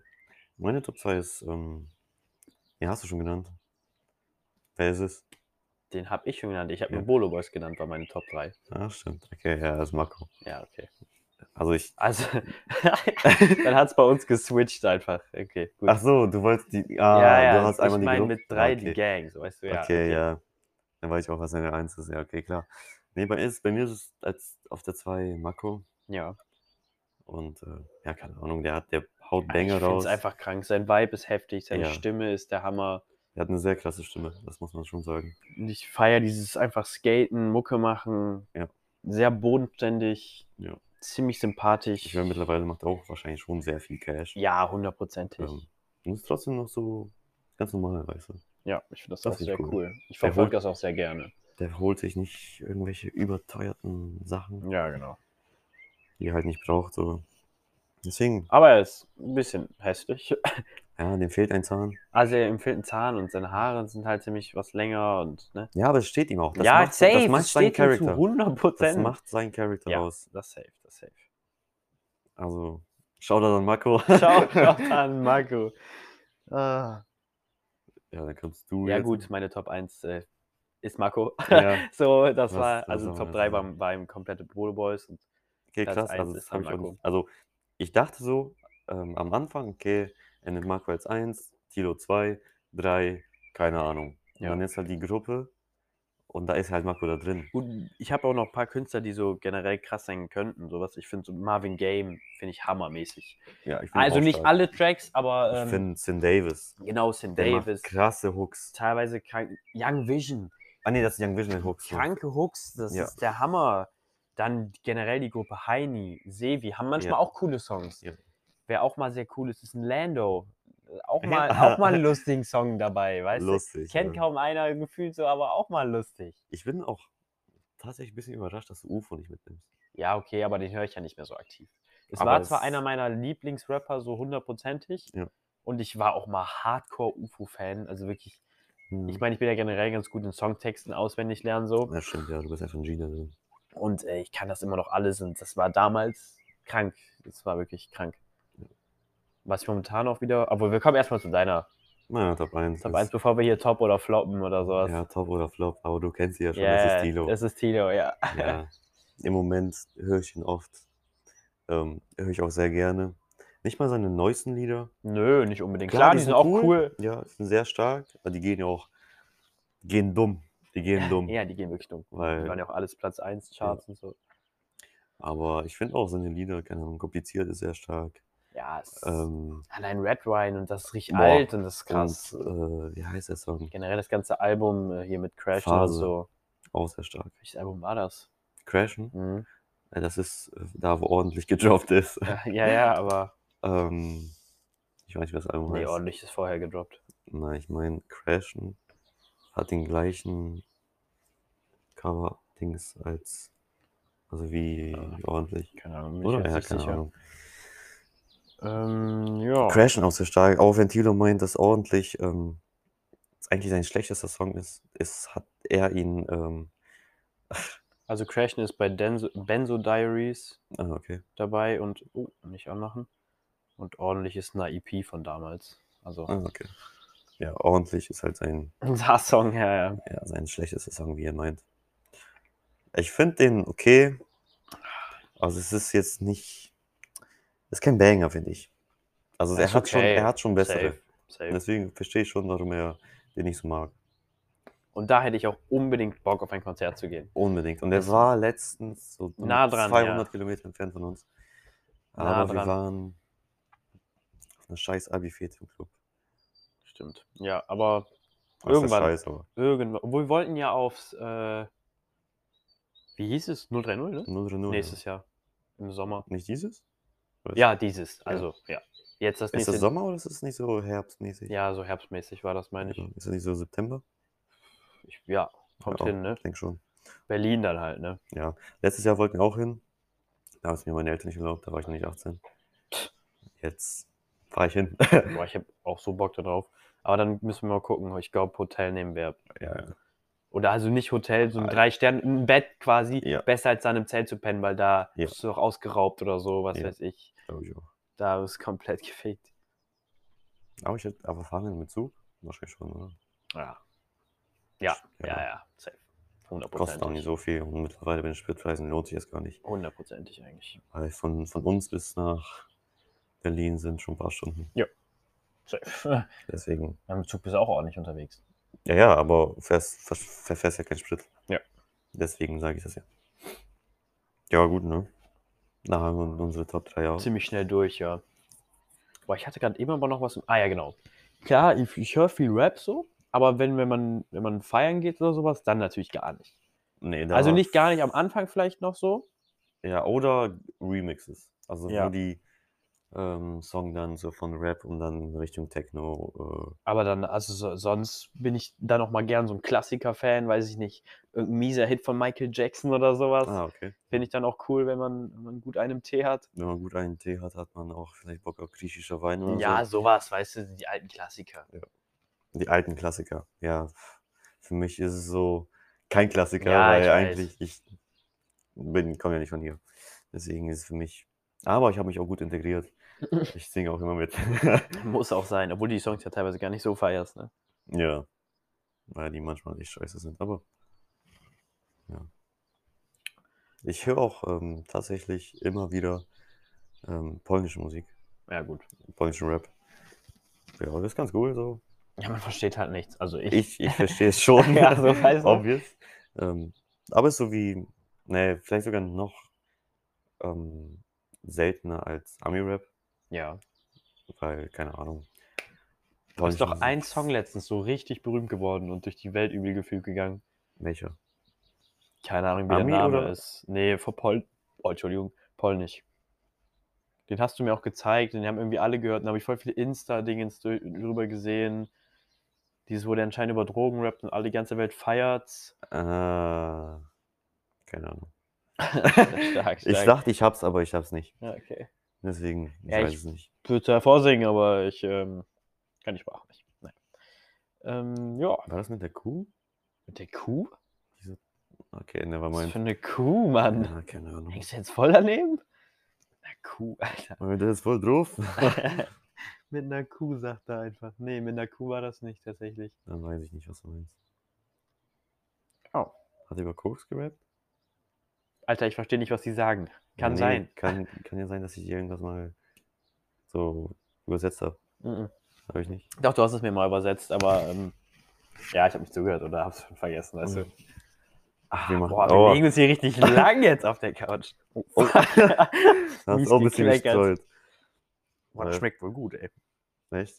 [SPEAKER 2] Meine Top 2 ist, ähm, ja, hast du schon genannt. Wer ist es?
[SPEAKER 1] Den habe ich schon genannt. Ich habe
[SPEAKER 2] Ja.
[SPEAKER 1] nur Bolo Boys genannt, war meine Top 3.
[SPEAKER 2] Ah, stimmt. Okay, ja, das ist Marco.
[SPEAKER 1] Ja, okay.
[SPEAKER 2] Also ich.
[SPEAKER 1] Also, dann hat es bei uns geswitcht einfach. Okay, gut. also
[SPEAKER 2] Ach so, du wolltest die. Ah, du hast
[SPEAKER 1] ich
[SPEAKER 2] einmal die
[SPEAKER 1] mein
[SPEAKER 2] Gruppe.
[SPEAKER 1] mit drei
[SPEAKER 2] ah, okay.
[SPEAKER 1] die Gang, so weißt du, ja.
[SPEAKER 2] okay, ja. Dann weiß ich auch, was deine 1 ist. Ja, okay, klar. Nee, bei, ist, bei mir ist es als auf der 2 Marco.
[SPEAKER 1] ja.
[SPEAKER 2] Und äh, ja, keine Ahnung, der hat, der haut
[SPEAKER 1] Ich
[SPEAKER 2] Banger
[SPEAKER 1] finde
[SPEAKER 2] raus.
[SPEAKER 1] es einfach krank. Sein Vibe ist heftig, seine
[SPEAKER 2] Ja.
[SPEAKER 1] Stimme ist der Hammer.
[SPEAKER 2] Er hat eine sehr klasse Stimme, das muss man schon sagen.
[SPEAKER 1] Und ich feiere dieses einfach Skaten, Mucke machen.
[SPEAKER 2] Ja.
[SPEAKER 1] Sehr bodenständig,
[SPEAKER 2] Ja.
[SPEAKER 1] ziemlich sympathisch.
[SPEAKER 2] Ich höre mittlerweile macht er auch wahrscheinlich schon sehr viel Cash.
[SPEAKER 1] ja, hundertprozentig.
[SPEAKER 2] Ähm, und ist trotzdem noch so ganz normal, weißt du.
[SPEAKER 1] ja, ich finde das,
[SPEAKER 2] das
[SPEAKER 1] auch
[SPEAKER 2] ist
[SPEAKER 1] sehr cool.
[SPEAKER 2] cool.
[SPEAKER 1] Ich
[SPEAKER 2] Der
[SPEAKER 1] verfolge
[SPEAKER 2] holt-
[SPEAKER 1] das auch sehr gerne.
[SPEAKER 2] Der holt sich nicht irgendwelche überteuerten Sachen,
[SPEAKER 1] Ja, genau.
[SPEAKER 2] die er halt nicht braucht. So. Deswegen,
[SPEAKER 1] Aber er ist ein bisschen hässlich.
[SPEAKER 2] ja, dem fehlt ein Zahn.
[SPEAKER 1] Also er empfiehlt einen Zahn und seine Haare sind halt ziemlich was länger und ne.
[SPEAKER 2] Ja, aber es steht ihm auch. Das
[SPEAKER 1] ja,
[SPEAKER 2] macht,
[SPEAKER 1] safe,
[SPEAKER 2] Das macht
[SPEAKER 1] das
[SPEAKER 2] seinen
[SPEAKER 1] steht ihm zu
[SPEAKER 2] Charakter.
[SPEAKER 1] 100
[SPEAKER 2] Das
[SPEAKER 1] Prozent.
[SPEAKER 2] macht seinen Charakter
[SPEAKER 1] ja,
[SPEAKER 2] aus.
[SPEAKER 1] das safe, das safe.
[SPEAKER 2] Also, schau da dann Marco.
[SPEAKER 1] Schau doch an, Marco. Ah.
[SPEAKER 2] Ja, dann kannst du.
[SPEAKER 1] Ja
[SPEAKER 2] jetzt-
[SPEAKER 1] gut, meine Top 1 äh, ist Marco.
[SPEAKER 2] Ja,
[SPEAKER 1] so, das
[SPEAKER 2] Was-
[SPEAKER 1] war,
[SPEAKER 2] was
[SPEAKER 1] also
[SPEAKER 2] soll
[SPEAKER 1] Top
[SPEAKER 2] man
[SPEAKER 1] 3
[SPEAKER 2] sagen?
[SPEAKER 1] war, war eben komplette Bolo Boys. Und,
[SPEAKER 2] okay,
[SPEAKER 1] Platz
[SPEAKER 2] krass.
[SPEAKER 1] eins
[SPEAKER 2] Also,
[SPEAKER 1] ist
[SPEAKER 2] das
[SPEAKER 1] dann
[SPEAKER 2] hab ich auch
[SPEAKER 1] Marco.
[SPEAKER 2] nicht. Also, ich dachte so ähm, am Anfang, okay, er nimmt Marco als 1, Tilo 2, 3, keine Ahnung. Und
[SPEAKER 1] Ja.
[SPEAKER 2] dann ist halt die Gruppe und da ist halt Marco da drin.
[SPEAKER 1] und ich habe auch noch ein paar Künstler, die so generell krass sein könnten. Sowas, ich finde so Marvin Game, finde ich hammermäßig.
[SPEAKER 2] Ja, ich find ihn
[SPEAKER 1] Also
[SPEAKER 2] auch
[SPEAKER 1] nicht
[SPEAKER 2] stark.
[SPEAKER 1] alle Tracks, aber
[SPEAKER 2] ich
[SPEAKER 1] ähm,
[SPEAKER 2] finde Sin Davis.
[SPEAKER 1] genau, Sin
[SPEAKER 2] Der
[SPEAKER 1] Davis,
[SPEAKER 2] macht krasse Hooks.
[SPEAKER 1] teilweise krank, Young Vision,
[SPEAKER 2] Ah, nee, das ist Young Vision Hooks. ne?
[SPEAKER 1] kranke Hooks, das
[SPEAKER 2] Ja.
[SPEAKER 1] ist der Hammer. Dann generell die Gruppe Heini, Sevi, haben manchmal
[SPEAKER 2] Ja.
[SPEAKER 1] auch coole Songs.
[SPEAKER 2] Ja.
[SPEAKER 1] Wer auch mal sehr cool ist, ist ein Lando. Auch
[SPEAKER 2] Ja.
[SPEAKER 1] mal, auch mal einen lustigen Song dabei, weißt du?
[SPEAKER 2] Lustig.
[SPEAKER 1] Kennt
[SPEAKER 2] ja.
[SPEAKER 1] kaum einer, gefühlt so, aber auch mal lustig.
[SPEAKER 2] Ich bin auch tatsächlich ein bisschen überrascht, dass du UFO nicht mitnimmst.
[SPEAKER 1] Ja, okay, aber den höre ich ja nicht mehr so aktiv. Es
[SPEAKER 2] Aber
[SPEAKER 1] war zwar
[SPEAKER 2] es-
[SPEAKER 1] einer meiner Lieblingsrapper, so hundertprozentig.
[SPEAKER 2] Ja.
[SPEAKER 1] Und ich war auch mal Hardcore-UFO-Fan. Also wirklich,
[SPEAKER 2] Hm.
[SPEAKER 1] ich meine, ich bin ja generell ganz gut in Songtexten auswendig lernen so.
[SPEAKER 2] ja, stimmt, ja, du bist einfach ein Genie da drin.
[SPEAKER 1] Und äh, ich kann das immer noch alles. Und das war damals krank. Das war wirklich krank. Was ich momentan auch wieder. Obwohl, wir kommen erstmal zu deiner
[SPEAKER 2] Naja, Top 1.
[SPEAKER 1] Top
[SPEAKER 2] ist-
[SPEAKER 1] 1, bevor wir hier Top oder Floppen oder sowas.
[SPEAKER 2] Ja, Top oder Flop, aber du kennst sie ja schon, das
[SPEAKER 1] Yeah,
[SPEAKER 2] ist Tilo.
[SPEAKER 1] Das ist Tilo, ja.
[SPEAKER 2] ja. Im Moment höre ich ihn oft. Ähm, höre ich auch sehr gerne. Nicht mal seine neuesten Lieder.
[SPEAKER 1] Nö, nicht unbedingt. Klar, die, sind auch cool.
[SPEAKER 2] Ja, die sind sehr stark, aber die gehen ja auch, die gehen dumm. Die gehen dumm.
[SPEAKER 1] Ja, die gehen wirklich dumm. Die waren
[SPEAKER 2] Weil,
[SPEAKER 1] ja ne. auch alles Platz 1 Charts und so.
[SPEAKER 2] aber ich finde auch seine Lieder, keine Ahnung, kompliziert ist sehr stark.
[SPEAKER 1] Ja, es
[SPEAKER 2] Ähm,
[SPEAKER 1] allein Red Wine und das riecht
[SPEAKER 2] boah,
[SPEAKER 1] alt und das ist krass.
[SPEAKER 2] Und, äh, wie heißt der Song?
[SPEAKER 1] Generell das ganze Album äh, hier mit Crash
[SPEAKER 2] Phase.
[SPEAKER 1] und so.
[SPEAKER 2] Auch sehr stark.
[SPEAKER 1] Welches Album war das?
[SPEAKER 2] Crashen,
[SPEAKER 1] Mhm.
[SPEAKER 2] äh, das ist äh, da, wo ordentlich gedroppt ist.
[SPEAKER 1] ja, ja, aber.
[SPEAKER 2] ähm, ich Oh, weiß nicht, was das Album
[SPEAKER 1] Nee,
[SPEAKER 2] heißt.
[SPEAKER 1] ordentlich ist vorher gedroppt.
[SPEAKER 2] Na, ich meine, Crashen hat den gleichen Cover-Dings als. Also wie
[SPEAKER 1] Ah.
[SPEAKER 2] ordentlich.
[SPEAKER 1] Keine Ahnung, bin ich
[SPEAKER 2] Oder?
[SPEAKER 1] jetzt
[SPEAKER 2] Ja,
[SPEAKER 1] nicht
[SPEAKER 2] keine
[SPEAKER 1] sicher.
[SPEAKER 2] Ahnung.
[SPEAKER 1] Ähm, ja.
[SPEAKER 2] Crashen auch sehr stark. Auch wenn Thilo meint, dass ordentlich ähm, eigentlich sein schlechtester Song ist, ist hat er ihn. Ähm,
[SPEAKER 1] Also Crashen ist bei Denso, Benzo Diaries
[SPEAKER 2] ah, okay.
[SPEAKER 1] dabei und oh, nicht anmachen. Und ordentlich ist eine EP von damals. Also
[SPEAKER 2] Ah, okay. Ja, ordentlich ist halt sein,
[SPEAKER 1] unser Song, ja, ja.
[SPEAKER 2] ja, sein schlechtester Song, wie er meint. Ich finde den okay. Also es ist jetzt nicht. Es ist kein Banger, finde ich. Also er
[SPEAKER 1] Ist
[SPEAKER 2] hat, schon,
[SPEAKER 1] okay.
[SPEAKER 2] er hat schon bessere.
[SPEAKER 1] Safe,
[SPEAKER 2] Und
[SPEAKER 1] safe.
[SPEAKER 2] Deswegen verstehe ich schon, warum er den nicht so mag.
[SPEAKER 1] Und da hätte ich auch unbedingt Bock auf ein Konzert zu gehen.
[SPEAKER 2] Unbedingt. Und er
[SPEAKER 1] Das-
[SPEAKER 2] war letztens so
[SPEAKER 1] Nah dran,
[SPEAKER 2] 200
[SPEAKER 1] ja.
[SPEAKER 2] Kilometer entfernt von uns. Aber
[SPEAKER 1] Nah
[SPEAKER 2] wir
[SPEAKER 1] dran.
[SPEAKER 2] waren auf einer scheiß Abi-Fete im Club.
[SPEAKER 1] Stimmt. Ja, aber
[SPEAKER 2] Was heißt
[SPEAKER 1] Irgendwann.
[SPEAKER 2] Scheiß, aber
[SPEAKER 1] irgendwann. Obwohl wir wollten ja aufs, äh, wie hieß es? 030, ne?
[SPEAKER 2] 0 0
[SPEAKER 1] Nächstes Jahr. Im Sommer.
[SPEAKER 2] Nicht dieses? Oder ist-
[SPEAKER 1] Ja, dieses. Also, ja. Jetzt das
[SPEAKER 2] Ist
[SPEAKER 1] nächste.
[SPEAKER 2] das Sommer oder ist es nicht so herbstmäßig?
[SPEAKER 1] Ja, so herbstmäßig war das, meine ich.
[SPEAKER 2] Ja, Ist das nicht so September?
[SPEAKER 1] ich. Ja, kommt
[SPEAKER 2] Ja,
[SPEAKER 1] hin, ne?
[SPEAKER 2] Ich denke schon.
[SPEAKER 1] Berlin dann halt, ne?
[SPEAKER 2] Ja. Letztes Jahr wollten wir auch hin. Da haben es mir meine Eltern nicht erlaubt, da war ich noch nicht 18. Jetzt fahre ich hin.
[SPEAKER 1] Boah, ich habe auch so Bock darauf. Aber dann müssen wir mal gucken. Ich glaube, Hotel nehmen wir.
[SPEAKER 2] ja, ja.
[SPEAKER 1] Oder also nicht Hotel, so ein
[SPEAKER 2] Ah,
[SPEAKER 1] drei Sterne, ein Bett quasi.
[SPEAKER 2] Ja.
[SPEAKER 1] Besser als dann im Zelt zu pennen, weil da
[SPEAKER 2] Ja.
[SPEAKER 1] bist du doch ausgeraubt oder so, was
[SPEAKER 2] Ja.
[SPEAKER 1] weiß ich.
[SPEAKER 2] Glaube ich auch.
[SPEAKER 1] Da ist komplett gefegt.
[SPEAKER 2] Aber, ich hätte, aber fahren wir mit Zug? Wahrscheinlich schon, oder?
[SPEAKER 1] Ja. Ja, ja,
[SPEAKER 2] Ja.
[SPEAKER 1] ja. safe.
[SPEAKER 2] Kostet auch nicht
[SPEAKER 1] Hundertprozentig.
[SPEAKER 2] so viel. Und mittlerweile bei den Spritpreisen lohnt sich das gar nicht.
[SPEAKER 1] Hundertprozentig eigentlich.
[SPEAKER 2] Weil von, von uns bis nach Berlin sind schon ein paar Stunden.
[SPEAKER 1] Safe.
[SPEAKER 2] Deswegen.
[SPEAKER 1] Beim Zug bist du auch ordentlich unterwegs.
[SPEAKER 2] Ja, ja, aber fährst, ver- verfährst ja keinen Sprit.
[SPEAKER 1] Ja.
[SPEAKER 2] Deswegen sage ich das ja. Ja, gut, ne? Da haben wir unsere Top 3 auch.
[SPEAKER 1] Ziemlich schnell durch, ja. Boah, ich hatte gerade eben aber noch was. im- Ah ja, genau. Klar, ich, ich höre viel Rap so, aber wenn, wenn, man, wenn man feiern geht oder sowas, dann natürlich gar nicht.
[SPEAKER 2] Nee, da-
[SPEAKER 1] Also nicht gar nicht am Anfang vielleicht noch so.
[SPEAKER 2] Ja, oder Remixes. Also
[SPEAKER 1] Ja.
[SPEAKER 2] wo die ähm, Song dann so von Rap und dann Richtung Techno. äh,
[SPEAKER 1] Aber dann, also so, sonst bin ich dann auch mal gern so ein Klassiker-Fan, weiß ich nicht, irgendein mieser Hit von Michael Jackson oder sowas.
[SPEAKER 2] Äh. Ah, okay.
[SPEAKER 1] Finde ich dann auch cool, wenn man, wenn man gut einen im Tee hat.
[SPEAKER 2] Wenn man gut einen Tee hat, hat man auch vielleicht Bock auf griechischer Wein oder
[SPEAKER 1] Ja,
[SPEAKER 2] so.
[SPEAKER 1] sowas, weißt du, die alten Klassiker.
[SPEAKER 2] Die alten Klassiker. Ja, für mich ist es so kein Klassiker,
[SPEAKER 1] Ja,
[SPEAKER 2] weil
[SPEAKER 1] ich weiß.
[SPEAKER 2] eigentlich ich bin, komme ja nicht von hier. Deswegen ist es für mich. Aber ich habe mich auch gut integriert. Ich singe auch immer mit.
[SPEAKER 1] Muss auch sein, obwohl du die Songs ja teilweise gar nicht so feierst, ne?
[SPEAKER 2] ja. Weil die manchmal echt scheiße sind, aber. Ja. Ich höre auch ähm, tatsächlich immer wieder ähm, polnische Musik,
[SPEAKER 1] Ja, gut.
[SPEAKER 2] polnischen Rap. Ja, das ist ganz cool so.
[SPEAKER 1] Ja, man versteht halt nichts. Also ich.
[SPEAKER 2] Ich, ich verstehe es schon,
[SPEAKER 1] Ja, so weiß man.
[SPEAKER 2] obvious. Ähm, aber es ist so wie, ne, vielleicht sogar noch ähm, seltener als Ami-Rap,
[SPEAKER 1] ja.
[SPEAKER 2] weil, keine Ahnung.
[SPEAKER 1] Ist doch
[SPEAKER 2] polnische
[SPEAKER 1] ein
[SPEAKER 2] Musik-
[SPEAKER 1] Song letztens so richtig berühmt geworden und durch die Welt übel gefühlt gegangen.
[SPEAKER 2] Welcher?
[SPEAKER 1] Keine Ahnung, wie
[SPEAKER 2] Ami
[SPEAKER 1] der Name
[SPEAKER 2] oder-
[SPEAKER 1] ist. Nee, vor Pol. Oh, Entschuldigung, Polnisch. Den hast du mir auch gezeigt, den haben irgendwie alle gehört. Dann habe ich voll viele Insta-Dingens drü- drüber gesehen. Dieses, wo der anscheinend über Drogen rappt und alle die ganze Welt feiert's.
[SPEAKER 2] Ah, keine Ahnung.
[SPEAKER 1] stark, stark.
[SPEAKER 2] Ich dachte, ich hab's, aber ich hab's nicht.
[SPEAKER 1] Ja, okay.
[SPEAKER 2] Deswegen, ich
[SPEAKER 1] Ja,
[SPEAKER 2] weiß
[SPEAKER 1] ich-
[SPEAKER 2] es nicht.
[SPEAKER 1] Würde hervorsingen, aber ich ähm, kann die Sprache nicht. Nein. Ähm, ja,
[SPEAKER 2] War das mit der Kuh?
[SPEAKER 1] mit der Kuh?
[SPEAKER 2] Okay, never
[SPEAKER 1] Was für
[SPEAKER 2] mind.
[SPEAKER 1] eine Kuh, Mann?
[SPEAKER 2] Ja, keine Ahnung.
[SPEAKER 1] Hängst du jetzt voll daneben? Na, Kuh, Alter.
[SPEAKER 2] Aber Das ist voll doof.
[SPEAKER 1] mit einer Kuh sagt er einfach. Nee, mit einer Kuh war das nicht tatsächlich.
[SPEAKER 2] Dann weiß ich nicht, was du meinst.
[SPEAKER 1] Oh.
[SPEAKER 2] Hat er über Koks gerappt?
[SPEAKER 1] Alter, ich verstehe nicht, was die sagen. Kann
[SPEAKER 2] Nee,
[SPEAKER 1] sein.
[SPEAKER 2] Kann, kann ja sein, dass ich irgendwas mal so übersetzt habe.
[SPEAKER 1] Mhm.
[SPEAKER 2] Habe ich nicht.
[SPEAKER 1] Doch, du hast es mir mal übersetzt, aber ähm, ja, ich habe nicht zugehört oder habe es schon vergessen. Weißt du?
[SPEAKER 2] Mhm.
[SPEAKER 1] Ach,
[SPEAKER 2] Wir machen-
[SPEAKER 1] boah, wir oh.
[SPEAKER 2] Aua.
[SPEAKER 1] legen uns hier richtig lang jetzt auf der Couch.
[SPEAKER 2] Oh. Hast
[SPEAKER 1] Mies
[SPEAKER 2] auch ein bisschen
[SPEAKER 1] gekleckert.
[SPEAKER 2] gestreut.
[SPEAKER 1] Boah, das schmeckt wohl gut, ey.
[SPEAKER 2] Echt?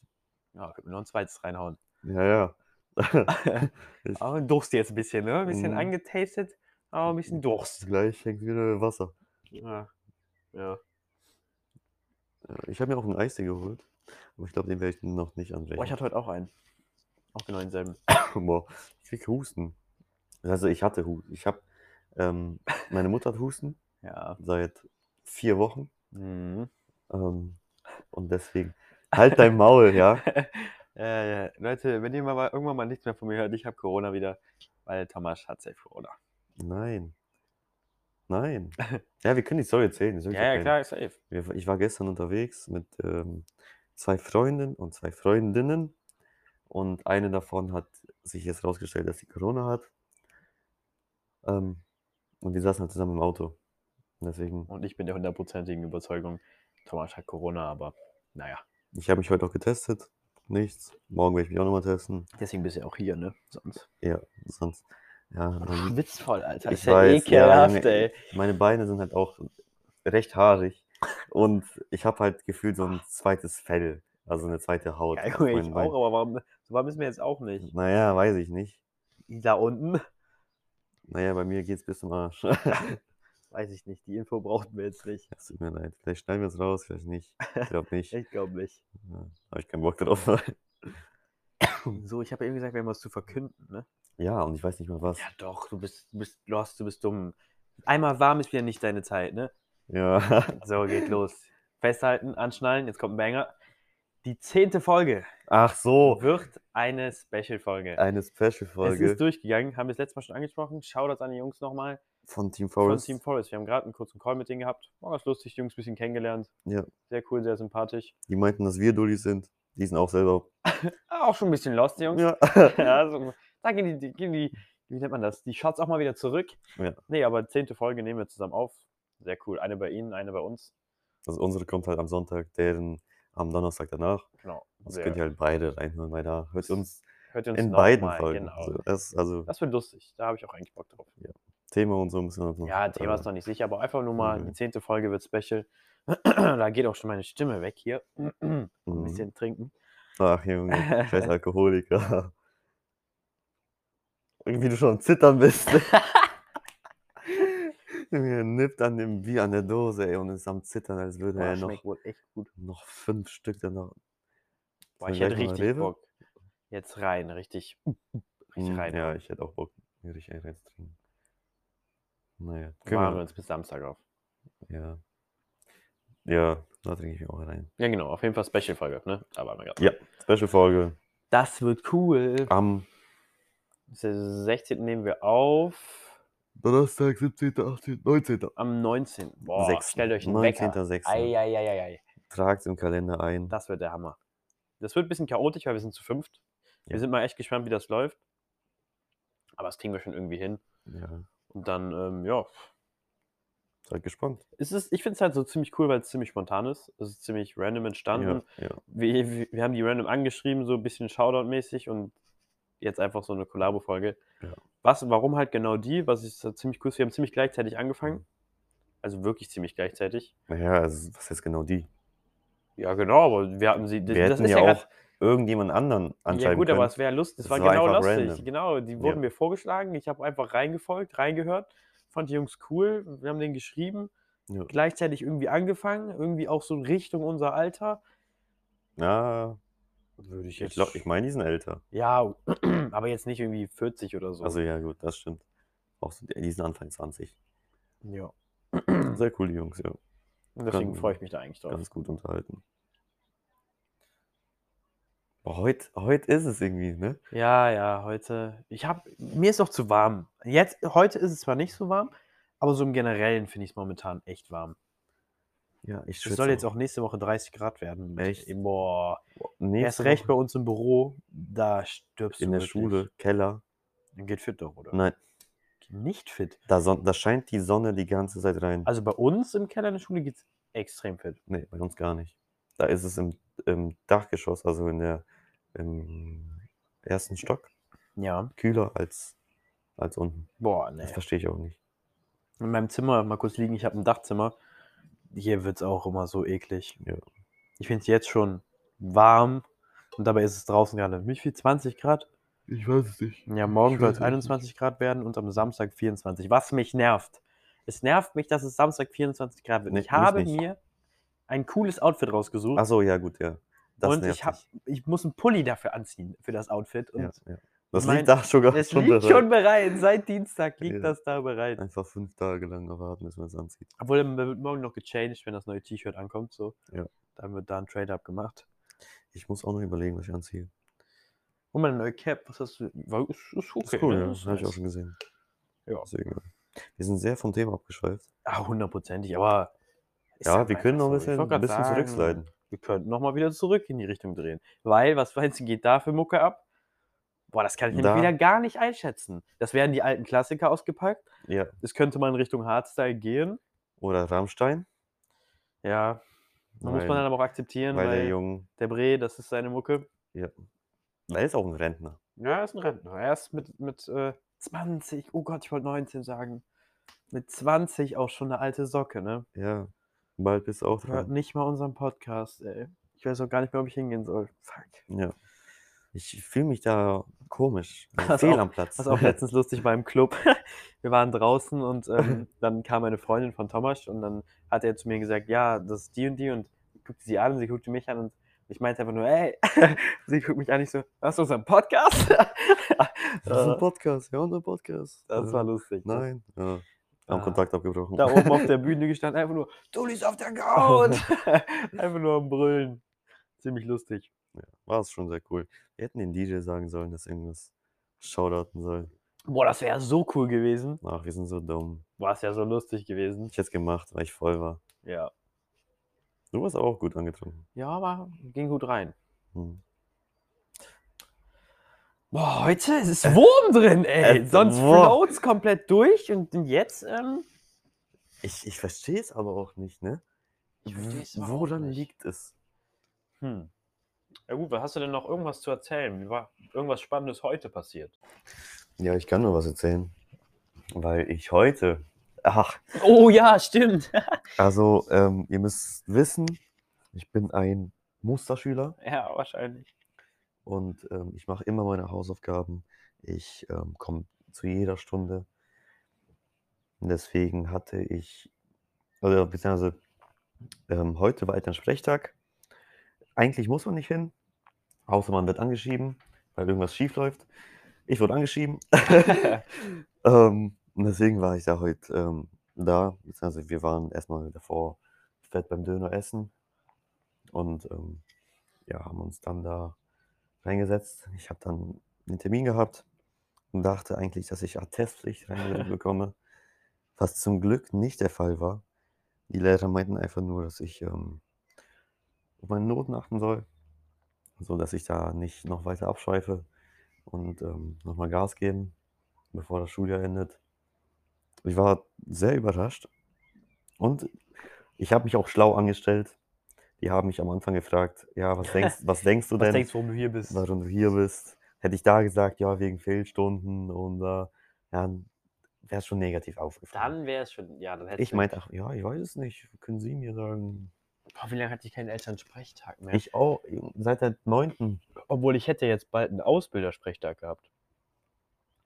[SPEAKER 1] Ja, könnte mir noch ein zweites reinhauen.
[SPEAKER 2] Ja, ja. Ich-
[SPEAKER 1] Aber Durst jetzt ein bisschen, ne? Ein bisschen
[SPEAKER 2] Mhm.
[SPEAKER 1] angetastet, aber ein bisschen Durst.
[SPEAKER 2] Gleich hängt wieder Wasser.
[SPEAKER 1] Ja. ja.
[SPEAKER 2] Äh, Ich habe mir auch einen Eistee geholt. Aber ich glaube, den werde ich noch nicht anrechnen.
[SPEAKER 1] Boah, ich hatte heute auch einen. Auch genau denselben.
[SPEAKER 2] Boah, ich krieg Husten. Also ich hatte Husten. Ich habe, ähm, meine Mutter hat Husten
[SPEAKER 1] Ja.
[SPEAKER 2] seit vier Wochen.
[SPEAKER 1] Mhm.
[SPEAKER 2] Ähm, und deswegen, halt dein Maul, ja.
[SPEAKER 1] Äh, Leute, wenn ihr mal irgendwann mal nichts mehr von mir hört, ich habe Corona wieder, weil Thomas hat safe Corona.
[SPEAKER 2] Nein. Nein. Ja, wir können die Story erzählen. ist wirklich
[SPEAKER 1] Ja, ja,
[SPEAKER 2] okay.
[SPEAKER 1] klar, safe.
[SPEAKER 2] Wir, ich war gestern unterwegs mit ähm, zwei Freunden und zwei Freundinnen. Und eine davon hat sich jetzt rausgestellt, dass sie Corona hat. Ähm, und wir saßen halt zusammen im Auto. Und deswegen,
[SPEAKER 1] Und ich bin der hundertprozentigen Überzeugung, Thomas hat Corona, aber naja.
[SPEAKER 2] ich habe mich heute auch getestet. Nichts. Morgen werde ich mich auch nochmal testen.
[SPEAKER 1] Deswegen bist du ja auch hier, ne? Sonst.
[SPEAKER 2] Ja, sonst. Ja, dann-
[SPEAKER 1] Witzvoll, Alter.
[SPEAKER 2] Ich
[SPEAKER 1] ist ja eh
[SPEAKER 2] weiß, ja,
[SPEAKER 1] ekelhaft,
[SPEAKER 2] Junge,
[SPEAKER 1] ey.
[SPEAKER 2] meine Beine sind halt auch recht haarig und ich habe halt gefühlt so ein zweites Fell, also eine zweite Haut.
[SPEAKER 1] Ja,
[SPEAKER 2] auf
[SPEAKER 1] Junge, ich
[SPEAKER 2] meinen Beinen.
[SPEAKER 1] auch, aber warum, so warm ist mir jetzt auch nicht.
[SPEAKER 2] Naja, weiß ich nicht.
[SPEAKER 1] Da unten,
[SPEAKER 2] Naja, bei mir geht's bis zum Arsch.
[SPEAKER 1] weiß ich nicht, die Info brauchten wir jetzt nicht.
[SPEAKER 2] Es tut mir leid. Vielleicht schneiden wir es raus, vielleicht nicht. Ich glaube nicht.
[SPEAKER 1] Ich glaube nicht.
[SPEAKER 2] Ja, Habe ich keinen Bock drauf.
[SPEAKER 1] So, ich habe eben gesagt, wir haben was zu verkünden, ne?
[SPEAKER 2] ja, und ich weiß nicht mal was.
[SPEAKER 1] Ja doch, du bist, du bist lost, du bist dumm. Einmal warm ist wieder nicht deine Zeit, ne?
[SPEAKER 2] Ja.
[SPEAKER 1] So, geht los. Festhalten, anschnallen, jetzt kommt ein Banger. Die zehnte Folge
[SPEAKER 2] Ach so,
[SPEAKER 1] wird eine Special-Folge.
[SPEAKER 2] eine
[SPEAKER 1] Es ist
[SPEAKER 2] Special-Folge
[SPEAKER 1] durchgegangen, haben wir das letzte Mal schon angesprochen. Shoutouts an die Jungs nochmal
[SPEAKER 2] von Team
[SPEAKER 1] von
[SPEAKER 2] Forest.
[SPEAKER 1] Team Forest. Wir haben gerade einen kurzen Call mit denen gehabt. War ganz lustig, die Jungs ein bisschen kennengelernt.
[SPEAKER 2] Ja.
[SPEAKER 1] Sehr cool, sehr sympathisch.
[SPEAKER 2] Die meinten, dass wir Dullis sind. Die sind auch selber.
[SPEAKER 1] Ah, Auch schon ein bisschen lost, die Jungs.
[SPEAKER 2] Ja.
[SPEAKER 1] Ja, so, da gehen die, die, gehen die, wie nennt man das? Die Shots auch mal wieder zurück.
[SPEAKER 2] Ja.
[SPEAKER 1] Nee, aber zehnte Folge nehmen wir zusammen auf. Sehr cool. Eine bei Ihnen, eine bei uns.
[SPEAKER 2] Also unsere kommt halt am Sonntag, deren am Donnerstag danach.
[SPEAKER 1] Genau.
[SPEAKER 2] Das
[SPEAKER 1] Sehr.
[SPEAKER 2] könnt ihr halt beide reinhören, weil da hört ihr uns
[SPEAKER 1] Hört ihr uns
[SPEAKER 2] in
[SPEAKER 1] noch
[SPEAKER 2] beiden
[SPEAKER 1] mal,
[SPEAKER 2] Folgen.
[SPEAKER 1] Genau.
[SPEAKER 2] Also, das, also
[SPEAKER 1] Das wird lustig. Da habe ich auch eigentlich Bock drauf.
[SPEAKER 2] Thema und so müssen wir uns noch.
[SPEAKER 1] Ja, Thema
[SPEAKER 2] äh,
[SPEAKER 1] ist noch nicht sicher, aber einfach nur mal, die
[SPEAKER 2] mhm.
[SPEAKER 1] zehnte Folge wird special. da geht auch schon meine Stimme weg hier. ein
[SPEAKER 2] mhm.
[SPEAKER 1] bisschen trinken.
[SPEAKER 2] Ach Junge, scheiß Alkoholiker. Irgendwie du schon am Zittern bist. Junge, nippt an dem Bier an der Dose, ey, und ist am Zittern, als würde
[SPEAKER 1] Boah,
[SPEAKER 2] er
[SPEAKER 1] schmeckt
[SPEAKER 2] Äh, noch,
[SPEAKER 1] wohl echt gut.
[SPEAKER 2] noch fünf Stück danach.
[SPEAKER 1] Boah,
[SPEAKER 2] Sollen
[SPEAKER 1] ich
[SPEAKER 2] wir
[SPEAKER 1] hätte
[SPEAKER 2] gleich noch mal
[SPEAKER 1] richtig
[SPEAKER 2] Rewe?
[SPEAKER 1] Bock. Jetzt rein, richtig. Richtig
[SPEAKER 2] Hm,
[SPEAKER 1] rein. ne?
[SPEAKER 2] Ja, ich hätte auch Bock, mir richtig einen reinzutrinken. Naja,
[SPEAKER 1] Machen wir
[SPEAKER 2] kümmern.
[SPEAKER 1] uns bis Samstag auf.
[SPEAKER 2] Ja. Ja, da trinke ich mir auch rein.
[SPEAKER 1] Ja, genau. Auf jeden Fall Special-Folge, ne? Aber mein Gott.
[SPEAKER 2] Ja. Special-Folge
[SPEAKER 1] Das wird cool.
[SPEAKER 2] am
[SPEAKER 1] Den 16. nehmen wir auf.
[SPEAKER 2] Donnerstag, 17., 18., 19.
[SPEAKER 1] Am 19. Boah,
[SPEAKER 2] Sechsten.
[SPEAKER 1] stellt euch einen
[SPEAKER 2] 19.
[SPEAKER 1] Wecker.
[SPEAKER 2] Sechster.
[SPEAKER 1] Eieieiei.
[SPEAKER 2] Tragt im Kalender ein.
[SPEAKER 1] Das wird der Hammer. Das wird ein bisschen chaotisch, weil wir sind zu fünft. Wir
[SPEAKER 2] Ja.
[SPEAKER 1] sind mal echt gespannt, wie das läuft. Aber das kriegen wir schon irgendwie hin.
[SPEAKER 2] Ja,
[SPEAKER 1] Und dann, ähm, ja.
[SPEAKER 2] seid gespannt.
[SPEAKER 1] Es ist, ich finde es halt so ziemlich cool, weil es ziemlich spontan ist. Es ist ziemlich random entstanden.
[SPEAKER 2] Ja, ja.
[SPEAKER 1] Wir, wir- wir haben die random angeschrieben, so ein bisschen Shoutout-mäßig und jetzt einfach so eine Kollabo-Folge.
[SPEAKER 2] Ja.
[SPEAKER 1] Was, warum halt genau die? Was ist da ziemlich cool? ist, Wir haben ziemlich gleichzeitig
[SPEAKER 2] Mhm.
[SPEAKER 1] angefangen. Also wirklich ziemlich gleichzeitig.
[SPEAKER 2] Naja, also, was ist genau die?
[SPEAKER 1] Ja, genau, aber wir hatten sie.
[SPEAKER 2] Wir hätten ja auch irgendjemand anderen
[SPEAKER 1] grad,
[SPEAKER 2] anschreiben
[SPEAKER 1] ja, gut,
[SPEAKER 2] können.
[SPEAKER 1] aber es wäre lustig. Es
[SPEAKER 2] Es
[SPEAKER 1] war
[SPEAKER 2] war
[SPEAKER 1] genau
[SPEAKER 2] einfach
[SPEAKER 1] lustig.
[SPEAKER 2] random.
[SPEAKER 1] Genau, die
[SPEAKER 2] Ja.
[SPEAKER 1] wurden mir vorgeschlagen. Ich habe einfach reingefolgt, reingehört. Fand die Jungs cool. Wir haben den geschrieben.
[SPEAKER 2] Ja.
[SPEAKER 1] Gleichzeitig irgendwie angefangen. Irgendwie auch so Richtung unser Alter.
[SPEAKER 2] Na,
[SPEAKER 1] Würde
[SPEAKER 2] ich, glaub- ich meine, die sind älter.
[SPEAKER 1] ja, aber jetzt nicht irgendwie 40 oder so.
[SPEAKER 2] Also ja, gut, das stimmt. Auch so, die sind Anfang 20.
[SPEAKER 1] ja.
[SPEAKER 2] Sehr cool, die Jungs, ja.
[SPEAKER 1] Und deswegen
[SPEAKER 2] Ganz-
[SPEAKER 1] freue ich mich da eigentlich drauf.
[SPEAKER 2] Ganz gut unterhalten. Boah, heute, heute ist es irgendwie, ne?
[SPEAKER 1] Ja, ja, heute. Ich hab, mir ist auch zu warm. Jetzt, heute ist es zwar nicht so warm, aber so im Generellen finde ich es momentan echt warm.
[SPEAKER 2] Ja, ich
[SPEAKER 1] Es soll jetzt auch nächste Woche 30 Grad werden.
[SPEAKER 2] Echt?
[SPEAKER 1] Boah. Erst
[SPEAKER 2] Nächste
[SPEAKER 1] recht bei
[SPEAKER 2] Woche
[SPEAKER 1] uns im Büro, da stirbst
[SPEAKER 2] in
[SPEAKER 1] du.
[SPEAKER 2] der
[SPEAKER 1] wirklich.
[SPEAKER 2] Schule, Keller.
[SPEAKER 1] Dann geht fit doch, oder?
[SPEAKER 2] Nein,
[SPEAKER 1] Nicht fit.
[SPEAKER 2] da, son da scheint die Sonne die ganze Zeit rein.
[SPEAKER 1] Also bei uns im Keller in der Schule geht es extrem fit.
[SPEAKER 2] Nee, bei uns gar nicht. Da ist es im, im Dachgeschoss, also in der, im ersten Stock,
[SPEAKER 1] Ja.
[SPEAKER 2] kühler als, als unten.
[SPEAKER 1] Boah,
[SPEAKER 2] Das
[SPEAKER 1] ne.
[SPEAKER 2] verstehe ich auch nicht.
[SPEAKER 1] In meinem Zimmer, mal kurz liegen, ich habe ein Dachzimmer. Hier wird es auch immer so eklig.
[SPEAKER 2] Ja.
[SPEAKER 1] Ich finde es jetzt schon warm und dabei ist es draußen gerade. Wie viel? 20 Grad?
[SPEAKER 2] Ich weiß es nicht.
[SPEAKER 1] Ja, morgen
[SPEAKER 2] Ich
[SPEAKER 1] soll
[SPEAKER 2] weiß
[SPEAKER 1] es
[SPEAKER 2] es nicht.
[SPEAKER 1] 21 Grad werden und am Samstag 24. Was mich nervt. Es nervt mich, dass es Samstag 24 Grad wird.
[SPEAKER 2] Nee,
[SPEAKER 1] ich
[SPEAKER 2] mich
[SPEAKER 1] habe
[SPEAKER 2] nicht.
[SPEAKER 1] mir ein cooles Outfit rausgesucht
[SPEAKER 2] Achso, ja, gut, ja. Das
[SPEAKER 1] und
[SPEAKER 2] nervt
[SPEAKER 1] ich, hab,
[SPEAKER 2] mich.
[SPEAKER 1] ich muss einen Pulli dafür anziehen, für das Outfit. Und
[SPEAKER 2] Ja, ja. Das
[SPEAKER 1] mein-
[SPEAKER 2] liegt da schon gar
[SPEAKER 1] es
[SPEAKER 2] schon
[SPEAKER 1] liegt
[SPEAKER 2] bereit.
[SPEAKER 1] schon bereit. Seit Dienstag liegt
[SPEAKER 2] Ja.
[SPEAKER 1] das da bereit.
[SPEAKER 2] Einfach fünf Tage lang erwarten, bis man es anzieht.
[SPEAKER 1] Obwohl, dann wird morgen noch gechanged, wenn das neue T-Shirt ankommt. So.
[SPEAKER 2] Ja.
[SPEAKER 1] Dann wird da ein Trade-Up gemacht.
[SPEAKER 2] Ich muss auch noch überlegen, was ich anziehe.
[SPEAKER 1] Und meine neue Cap, was hast du? War- Ist, ist okay.
[SPEAKER 2] ist cool,
[SPEAKER 1] ne?
[SPEAKER 2] ja.
[SPEAKER 1] Ist
[SPEAKER 2] Habe ich auch
[SPEAKER 1] nice.
[SPEAKER 2] schon gesehen.
[SPEAKER 1] Ja.
[SPEAKER 2] Deswegen, ja. Wir sind sehr vom Thema abgeschweift.
[SPEAKER 1] Ah, hundertprozentig, aber. ist
[SPEAKER 2] Ja,
[SPEAKER 1] halt
[SPEAKER 2] wir
[SPEAKER 1] einfach
[SPEAKER 2] können noch ein
[SPEAKER 1] so. Ich
[SPEAKER 2] bisschen,
[SPEAKER 1] wollt grad
[SPEAKER 2] ein bisschen
[SPEAKER 1] sagen,
[SPEAKER 2] zurücksliden.
[SPEAKER 1] wir könnten nochmal wieder zurück in die Richtung drehen. Weil, was meinst du, geht da für Mucke ab? Boah, das kann ich nämlich
[SPEAKER 2] Da.
[SPEAKER 1] wieder gar nicht einschätzen. Das werden die alten Klassiker ausgepackt.
[SPEAKER 2] Ja.
[SPEAKER 1] Es könnte mal in Richtung Hardstyle gehen.
[SPEAKER 2] Oder Rammstein.
[SPEAKER 1] Ja, da muss man dann aber auch akzeptieren,
[SPEAKER 2] weil
[SPEAKER 1] weil,
[SPEAKER 2] der
[SPEAKER 1] der,
[SPEAKER 2] Junge,
[SPEAKER 1] Bre, das ist seine Mucke.
[SPEAKER 2] da ist auch ein Rentner.
[SPEAKER 1] Ja, er ist ein Rentner. Er ist mit, mit äh, 20, oh Gott, ich wollte 19 sagen. Mit 20 auch schon eine alte Socke, ne?
[SPEAKER 2] Ja. Bald bist du auch
[SPEAKER 1] Hört
[SPEAKER 2] dran.
[SPEAKER 1] nicht mal unseren Podcast, ey. Ich weiß auch gar nicht mehr, ob ich hingehen soll. Fuck.
[SPEAKER 2] Ja. Ich fühle mich da komisch. äh,
[SPEAKER 1] Was
[SPEAKER 2] Fehl
[SPEAKER 1] auch-
[SPEAKER 2] am Platz.
[SPEAKER 1] Was auch letztens lustig war im Club. Wir waren draußen und ähm, dann kam eine Freundin von Thomas und dann hat er zu mir gesagt, ja, das ist die und die und guckte sie an und sie guckte mich an und ich meinte einfach nur, ey, sie guckt mich an, ich so, hast du unseren Podcast?
[SPEAKER 2] das ist ein
[SPEAKER 1] Äh,
[SPEAKER 2] Podcast. Ja, unser Podcast.
[SPEAKER 1] das
[SPEAKER 2] Ja.
[SPEAKER 1] war lustig.
[SPEAKER 2] Nein. Ja. Haben
[SPEAKER 1] Ah.
[SPEAKER 2] Kontakt abgebrochen.
[SPEAKER 1] Da oben auf der Bühne gestanden, einfach nur, du liegst auf der Couch. einfach nur am Brüllen. Ziemlich lustig.
[SPEAKER 2] War es schon sehr cool. Wir hätten den DJ sagen sollen, dass irgendwas shoutouten soll.
[SPEAKER 1] Boah, das wäre so cool gewesen.
[SPEAKER 2] Ach, wir sind so dumm.
[SPEAKER 1] Boah, das wäre so lustig gewesen.
[SPEAKER 2] Ich hätte es gemacht, weil ich voll war.
[SPEAKER 1] Ja.
[SPEAKER 2] Du warst aber auch gut angetrunken.
[SPEAKER 1] Ja, aber ging gut rein.
[SPEAKER 2] Hm.
[SPEAKER 1] Boah, heute ist es Wurm drin, ey.
[SPEAKER 2] äh,
[SPEAKER 1] Sonst
[SPEAKER 2] boah.
[SPEAKER 1] float's komplett durch und jetzt, ähm,
[SPEAKER 2] Ich, ich verstehe es aber auch nicht, ne?
[SPEAKER 1] Ich versteh's aber auch
[SPEAKER 2] Woran
[SPEAKER 1] nicht.
[SPEAKER 2] liegt es?
[SPEAKER 1] hm. Ja gut, was hast du denn noch irgendwas zu erzählen? Wie war irgendwas Spannendes heute passiert?
[SPEAKER 2] Ja, ich kann nur was erzählen. Weil ich heute. Ach,
[SPEAKER 1] Oh ja, stimmt.
[SPEAKER 2] also, ähm, ihr müsst wissen, ich bin ein Musterschüler
[SPEAKER 1] ja, wahrscheinlich.
[SPEAKER 2] und ähm, ich mache immer meine Hausaufgaben. Ich ähm, komme zu jeder Stunde. Und deswegen hatte ich, oder beziehungsweise ähm, heute war Elternsprechtag. Eigentlich muss man nicht hin, außer man wird angeschrieben, weil irgendwas schief läuft. Ich wurde angeschrieben. ähm, und deswegen war ich da heute ähm, da. Beziehungsweise wir waren erstmal davor fett beim Döner essen und ähm, ja, haben uns dann da reingesetzt. Ich habe dann einen Termin gehabt und dachte eigentlich, dass ich Attestpflicht reingesetzt bekomme, was zum Glück nicht der Fall war. Die Lehrer meinten einfach nur, dass ich ähm, auf meine Noten achten soll, so dass ich da nicht noch weiter abschweife und ähm, nochmal Gas geben, bevor das Schuljahr endet. Ich war sehr überrascht und ich habe mich auch schlau angestellt. Die haben mich am Anfang gefragt, ja, was denkst, was denkst du
[SPEAKER 1] Was
[SPEAKER 2] denn?
[SPEAKER 1] denkst du, warum du hier bist?
[SPEAKER 2] warum du hier bist. Hätte ich da gesagt, ja, wegen Fehlstunden und äh, ja, wäre schon negativ aufgefallen.
[SPEAKER 1] Dann wäre es schon, ja, dann hätte
[SPEAKER 2] ich meinte, ach ja, ich weiß es nicht, können Sie mir sagen.
[SPEAKER 1] boah, wie lange hatte ich keinen Elternsprechtag mehr?
[SPEAKER 2] Ich auch, seit der 9.
[SPEAKER 1] obwohl ich hätte jetzt bald einen Ausbildersprechtag gehabt.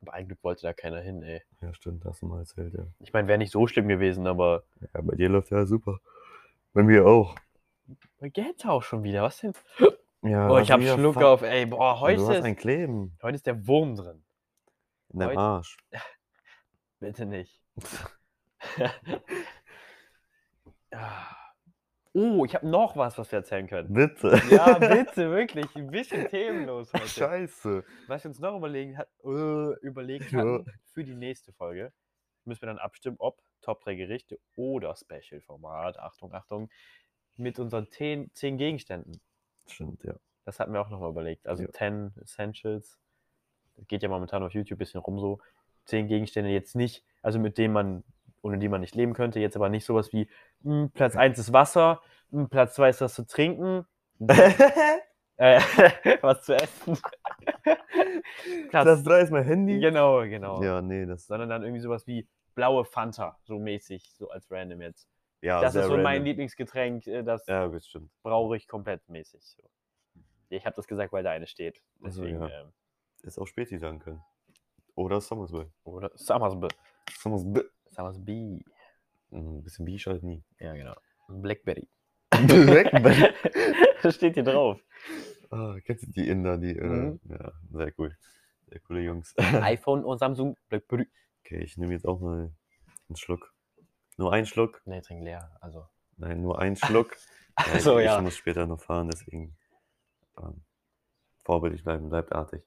[SPEAKER 1] Aber eigentlich wollte da keiner hin, ey.
[SPEAKER 2] Ja, stimmt, das mal erzählt, ja.
[SPEAKER 1] Ich meine, wäre nicht so schlimm gewesen, aber
[SPEAKER 2] ja. Bei dir läuft ja super. Bei mir auch.
[SPEAKER 1] geht auch schon wieder. Was denn?
[SPEAKER 2] Ja,
[SPEAKER 1] Boah, Oh, ich
[SPEAKER 2] hast
[SPEAKER 1] hab
[SPEAKER 2] wieder
[SPEAKER 1] Schluck
[SPEAKER 2] fa-
[SPEAKER 1] auf, ey. Boah, heute
[SPEAKER 2] Du hast ein
[SPEAKER 1] ist,
[SPEAKER 2] Kleben
[SPEAKER 1] heute ist der Wurm drin.
[SPEAKER 2] in deinem
[SPEAKER 1] Heute-
[SPEAKER 2] Arsch.
[SPEAKER 1] Bitte nicht. Ah. oh, ich habe noch was, was wir erzählen können.
[SPEAKER 2] Bitte.
[SPEAKER 1] Ja, bitte, wirklich. Ein bisschen themenlos heute.
[SPEAKER 2] Scheiße.
[SPEAKER 1] Was wir uns noch überlegen hat, äh, überlegt
[SPEAKER 2] Ja.
[SPEAKER 1] hatten für die nächste Folge, müssen wir dann abstimmen, ob Top 3 Gerichte oder Special-Format, Achtung, Achtung, mit unseren 10, 10 Gegenständen.
[SPEAKER 2] Stimmt, ja.
[SPEAKER 1] Das hatten wir auch nochmal überlegt. Also
[SPEAKER 2] Ja.
[SPEAKER 1] 10 Essentials. Das geht ja momentan auf YouTube ein bisschen rum so. 10 Gegenstände jetzt nicht, also mit denen man, ohne die man nicht leben könnte, jetzt aber nicht sowas wie hm, Platz 1 ist Wasser, hm, Platz 2 ist was zu trinken, äh, was zu essen.
[SPEAKER 2] das 3 ist mein Handy.
[SPEAKER 1] Genau, genau.
[SPEAKER 2] Ja, nee, das
[SPEAKER 1] Sondern dann irgendwie sowas wie blaue Fanta, so mäßig, so als random jetzt.
[SPEAKER 2] ja,
[SPEAKER 1] das ist
[SPEAKER 2] sehr
[SPEAKER 1] so mein
[SPEAKER 2] random.
[SPEAKER 1] Lieblingsgetränk, äh, das
[SPEAKER 2] Ja, gut, stimmt.
[SPEAKER 1] brauche ich komplett mäßig. So. Ich habe das gesagt, weil da eine steht.
[SPEAKER 2] Mhm. Ach so,
[SPEAKER 1] Deswegen,
[SPEAKER 2] ja.
[SPEAKER 1] ähm,
[SPEAKER 2] Ist auch Späti sagen können. Oder Summersby.
[SPEAKER 1] oder Summersby.
[SPEAKER 2] Summersby.
[SPEAKER 1] Summersby. Hm,
[SPEAKER 2] Ein bisschen Bisch halt nie.
[SPEAKER 1] Ja, genau. Blackberry.
[SPEAKER 2] Blackberry.
[SPEAKER 1] das steht hier drauf.
[SPEAKER 2] Ah, kennst du die Inder, die, äh,
[SPEAKER 1] Mhm.
[SPEAKER 2] ja, sehr cool. Sehr coole Jungs.
[SPEAKER 1] iPhone und Samsung Blackberry.
[SPEAKER 2] Okay, ich nehme jetzt auch mal einen Schluck. Nur einen Schluck?
[SPEAKER 1] Nee, trink leer. Also.
[SPEAKER 2] Nein, nur einen Schluck.
[SPEAKER 1] Ach
[SPEAKER 2] Weil
[SPEAKER 1] so,
[SPEAKER 2] ich
[SPEAKER 1] ja.
[SPEAKER 2] muss später noch fahren, deswegen ähm, vorbildlich bleiben, bleibt artig.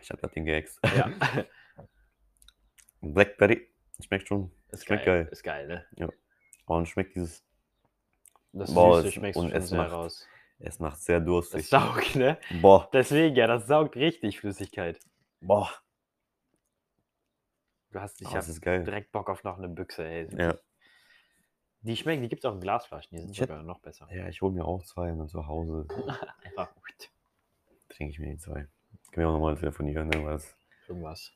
[SPEAKER 2] Ich habe gerade den geäxt.
[SPEAKER 1] ja.
[SPEAKER 2] Blackberry, schmeckt schon.
[SPEAKER 1] Ist
[SPEAKER 2] Schmeckt geil. Oh,
[SPEAKER 1] Ist geil, ne?
[SPEAKER 2] Und schmeckt dieses,
[SPEAKER 1] Das
[SPEAKER 2] Boah,
[SPEAKER 1] Süße
[SPEAKER 2] es-
[SPEAKER 1] schmeckst du
[SPEAKER 2] und
[SPEAKER 1] schon
[SPEAKER 2] es
[SPEAKER 1] sehr
[SPEAKER 2] macht
[SPEAKER 1] raus.
[SPEAKER 2] es macht sehr
[SPEAKER 1] Das
[SPEAKER 2] durstig.
[SPEAKER 1] saugt, ne?
[SPEAKER 2] Boah,
[SPEAKER 1] Deswegen, ja, das saugt richtig Flüssigkeit.
[SPEAKER 2] boah.
[SPEAKER 1] Du hast dich
[SPEAKER 2] Oh,
[SPEAKER 1] ja
[SPEAKER 2] das ist geil.
[SPEAKER 1] direkt Bock auf noch eine Büchse, ey.
[SPEAKER 2] Ja.
[SPEAKER 1] Die schmecken, die gibt es auch in Glasflaschen, die sind
[SPEAKER 2] Ich hätt-
[SPEAKER 1] sogar noch besser. Ah,
[SPEAKER 2] ja, ich hole mir auch zwei und dann zu Hause Äh.
[SPEAKER 1] Einfach
[SPEAKER 2] trinke ich mir die zwei. Können wir auch nochmal telefonieren, ne? weil es-
[SPEAKER 1] irgendwas.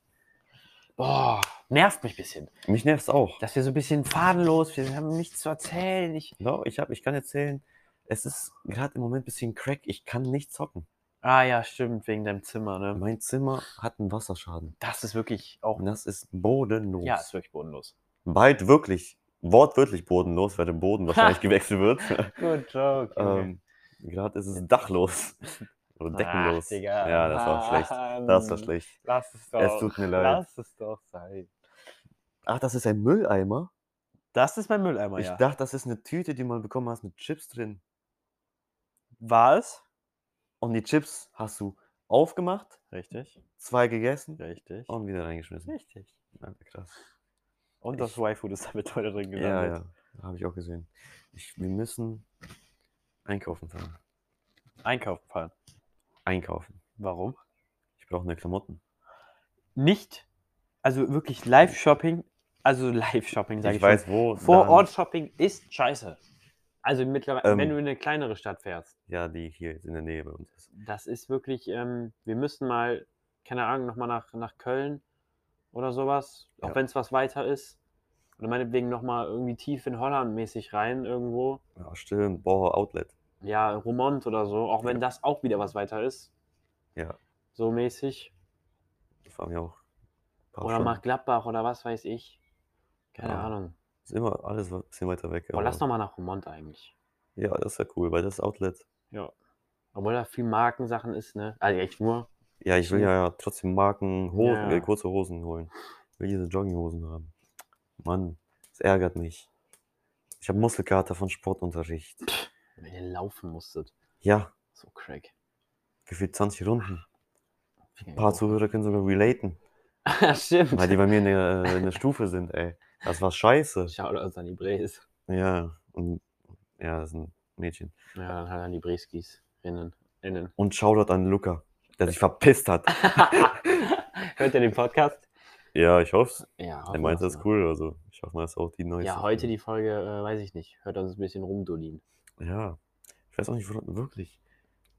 [SPEAKER 1] Boah, nervt mich ein bisschen.
[SPEAKER 2] Mich nervt es auch.
[SPEAKER 1] Dass wir so ein bisschen fadenlos, wir haben nichts zu erzählen. Ich,
[SPEAKER 2] No, ich, hab, ich kann erzählen, es ist gerade im Moment ein bisschen crack. Ich kann nicht zocken.
[SPEAKER 1] ah ja, stimmt, wegen deinem Zimmer, ne?
[SPEAKER 2] Mein Zimmer hat einen Wasserschaden.
[SPEAKER 1] Das ist wirklich auch.
[SPEAKER 2] Und das ist bodenlos.
[SPEAKER 1] Ja, ist wirklich bodenlos.
[SPEAKER 2] Bald wirklich, wortwörtlich bodenlos, weil der Boden wahrscheinlich gewechselt wird.
[SPEAKER 1] Good joke.
[SPEAKER 2] ähm, gerade ist es dachlos. Oder deckenlos. ja, das war schlecht. Das war schlecht.
[SPEAKER 1] Lass es doch.
[SPEAKER 2] Es tut mir leid.
[SPEAKER 1] Lass es doch sein.
[SPEAKER 2] Ach, das ist ein Mülleimer?
[SPEAKER 1] Das ist mein Mülleimer,
[SPEAKER 2] ich
[SPEAKER 1] ja.
[SPEAKER 2] dachte, das ist eine Tüte, die man bekommen hast mit Chips drin.
[SPEAKER 1] War es?
[SPEAKER 2] Und die Chips hast du aufgemacht,
[SPEAKER 1] Richtig,
[SPEAKER 2] zwei gegessen
[SPEAKER 1] richtig.
[SPEAKER 2] und wieder reingeschmissen.
[SPEAKER 1] richtig.
[SPEAKER 2] Alter, krass.
[SPEAKER 1] Und
[SPEAKER 2] das
[SPEAKER 1] das Y-Food ist damit heute drin
[SPEAKER 2] Ja,
[SPEAKER 1] gelandet.
[SPEAKER 2] ja, habe ich auch gesehen. Ich, wir müssen einkaufen fahren.
[SPEAKER 1] Einkaufen fahren.
[SPEAKER 2] Einkaufen.
[SPEAKER 1] Warum?
[SPEAKER 2] Ich brauche neue Klamotten.
[SPEAKER 1] Nicht, also wirklich Live-Shopping, also Live-Shopping, sage ich,
[SPEAKER 2] ich weiß, wo.
[SPEAKER 1] schon. Vor
[SPEAKER 2] dann-
[SPEAKER 1] Ort Shopping ist scheiße. Also mittlerweile,
[SPEAKER 2] Ähm.
[SPEAKER 1] wenn du in eine kleinere Stadt fährst,
[SPEAKER 2] Ja, die hier jetzt in der Nähe bei uns ist.
[SPEAKER 1] das ist wirklich, ähm, wir müssen mal, keine Ahnung, nochmal nach, nach Köln oder sowas, auch
[SPEAKER 2] Ja.
[SPEAKER 1] wenn es was weiter ist. Oder meinetwegen nochmal irgendwie tief in Holland mäßig rein irgendwo.
[SPEAKER 2] Ja, stimmt. Boah, Outlet.
[SPEAKER 1] Ja, Romont oder so, auch wenn das auch wieder was weiter ist.
[SPEAKER 2] Ja.
[SPEAKER 1] so mäßig.
[SPEAKER 2] Das haben ja auch. ein paar
[SPEAKER 1] Oder
[SPEAKER 2] schon.
[SPEAKER 1] nach Gladbach oder was weiß ich. Keine
[SPEAKER 2] Ja.
[SPEAKER 1] Ahnung.
[SPEAKER 2] Ist immer alles ein bisschen weiter weg.
[SPEAKER 1] Boah, lass
[SPEAKER 2] aber-
[SPEAKER 1] doch mal nach Romont eigentlich.
[SPEAKER 2] Ja, das ist ja cool, weil das Outlet.
[SPEAKER 1] Ja. Obwohl da viel Markensachen ist, ne? Also echt nur.
[SPEAKER 2] Ja, ich will
[SPEAKER 1] Mhm.
[SPEAKER 2] ja, ja trotzdem Marken, Hosen,
[SPEAKER 1] Ja.
[SPEAKER 2] Äh, kurze Hosen holen. Ich will diese Jogginghosen haben. Mann, das ärgert mich. Ich habe Muskelkater von Sportunterricht.
[SPEAKER 1] Wenn ihr laufen musstet.
[SPEAKER 2] Ja,
[SPEAKER 1] So crack.
[SPEAKER 2] gefühlt 20 Runden. Ein paar Zuhörer können sogar relaten,
[SPEAKER 1] Stimmt.
[SPEAKER 2] weil die bei mir in der, äh, in der Stufe sind, ey. Das war scheiße.
[SPEAKER 1] Shoutouts an die Bres.
[SPEAKER 2] Ja, und ja, das ist ein Mädchen.
[SPEAKER 1] Ja, dann halt an die Breskis. Innen. Innen.
[SPEAKER 2] Und Shoutout an Luca, der sich verpisst hat.
[SPEAKER 1] Hört ihr den Podcast?
[SPEAKER 2] Ja, ich hoffe
[SPEAKER 1] Ja,
[SPEAKER 2] Er
[SPEAKER 1] hoffen
[SPEAKER 2] meinte
[SPEAKER 1] wir's
[SPEAKER 2] das
[SPEAKER 1] mal.
[SPEAKER 2] cool, also ich hoffe mal, dass auch die neueste.
[SPEAKER 1] Ja, heute die Folge, äh, weiß ich nicht. Hört uns ein bisschen rumdolin.
[SPEAKER 2] Ja, ich weiß auch nicht, wo- wirklich.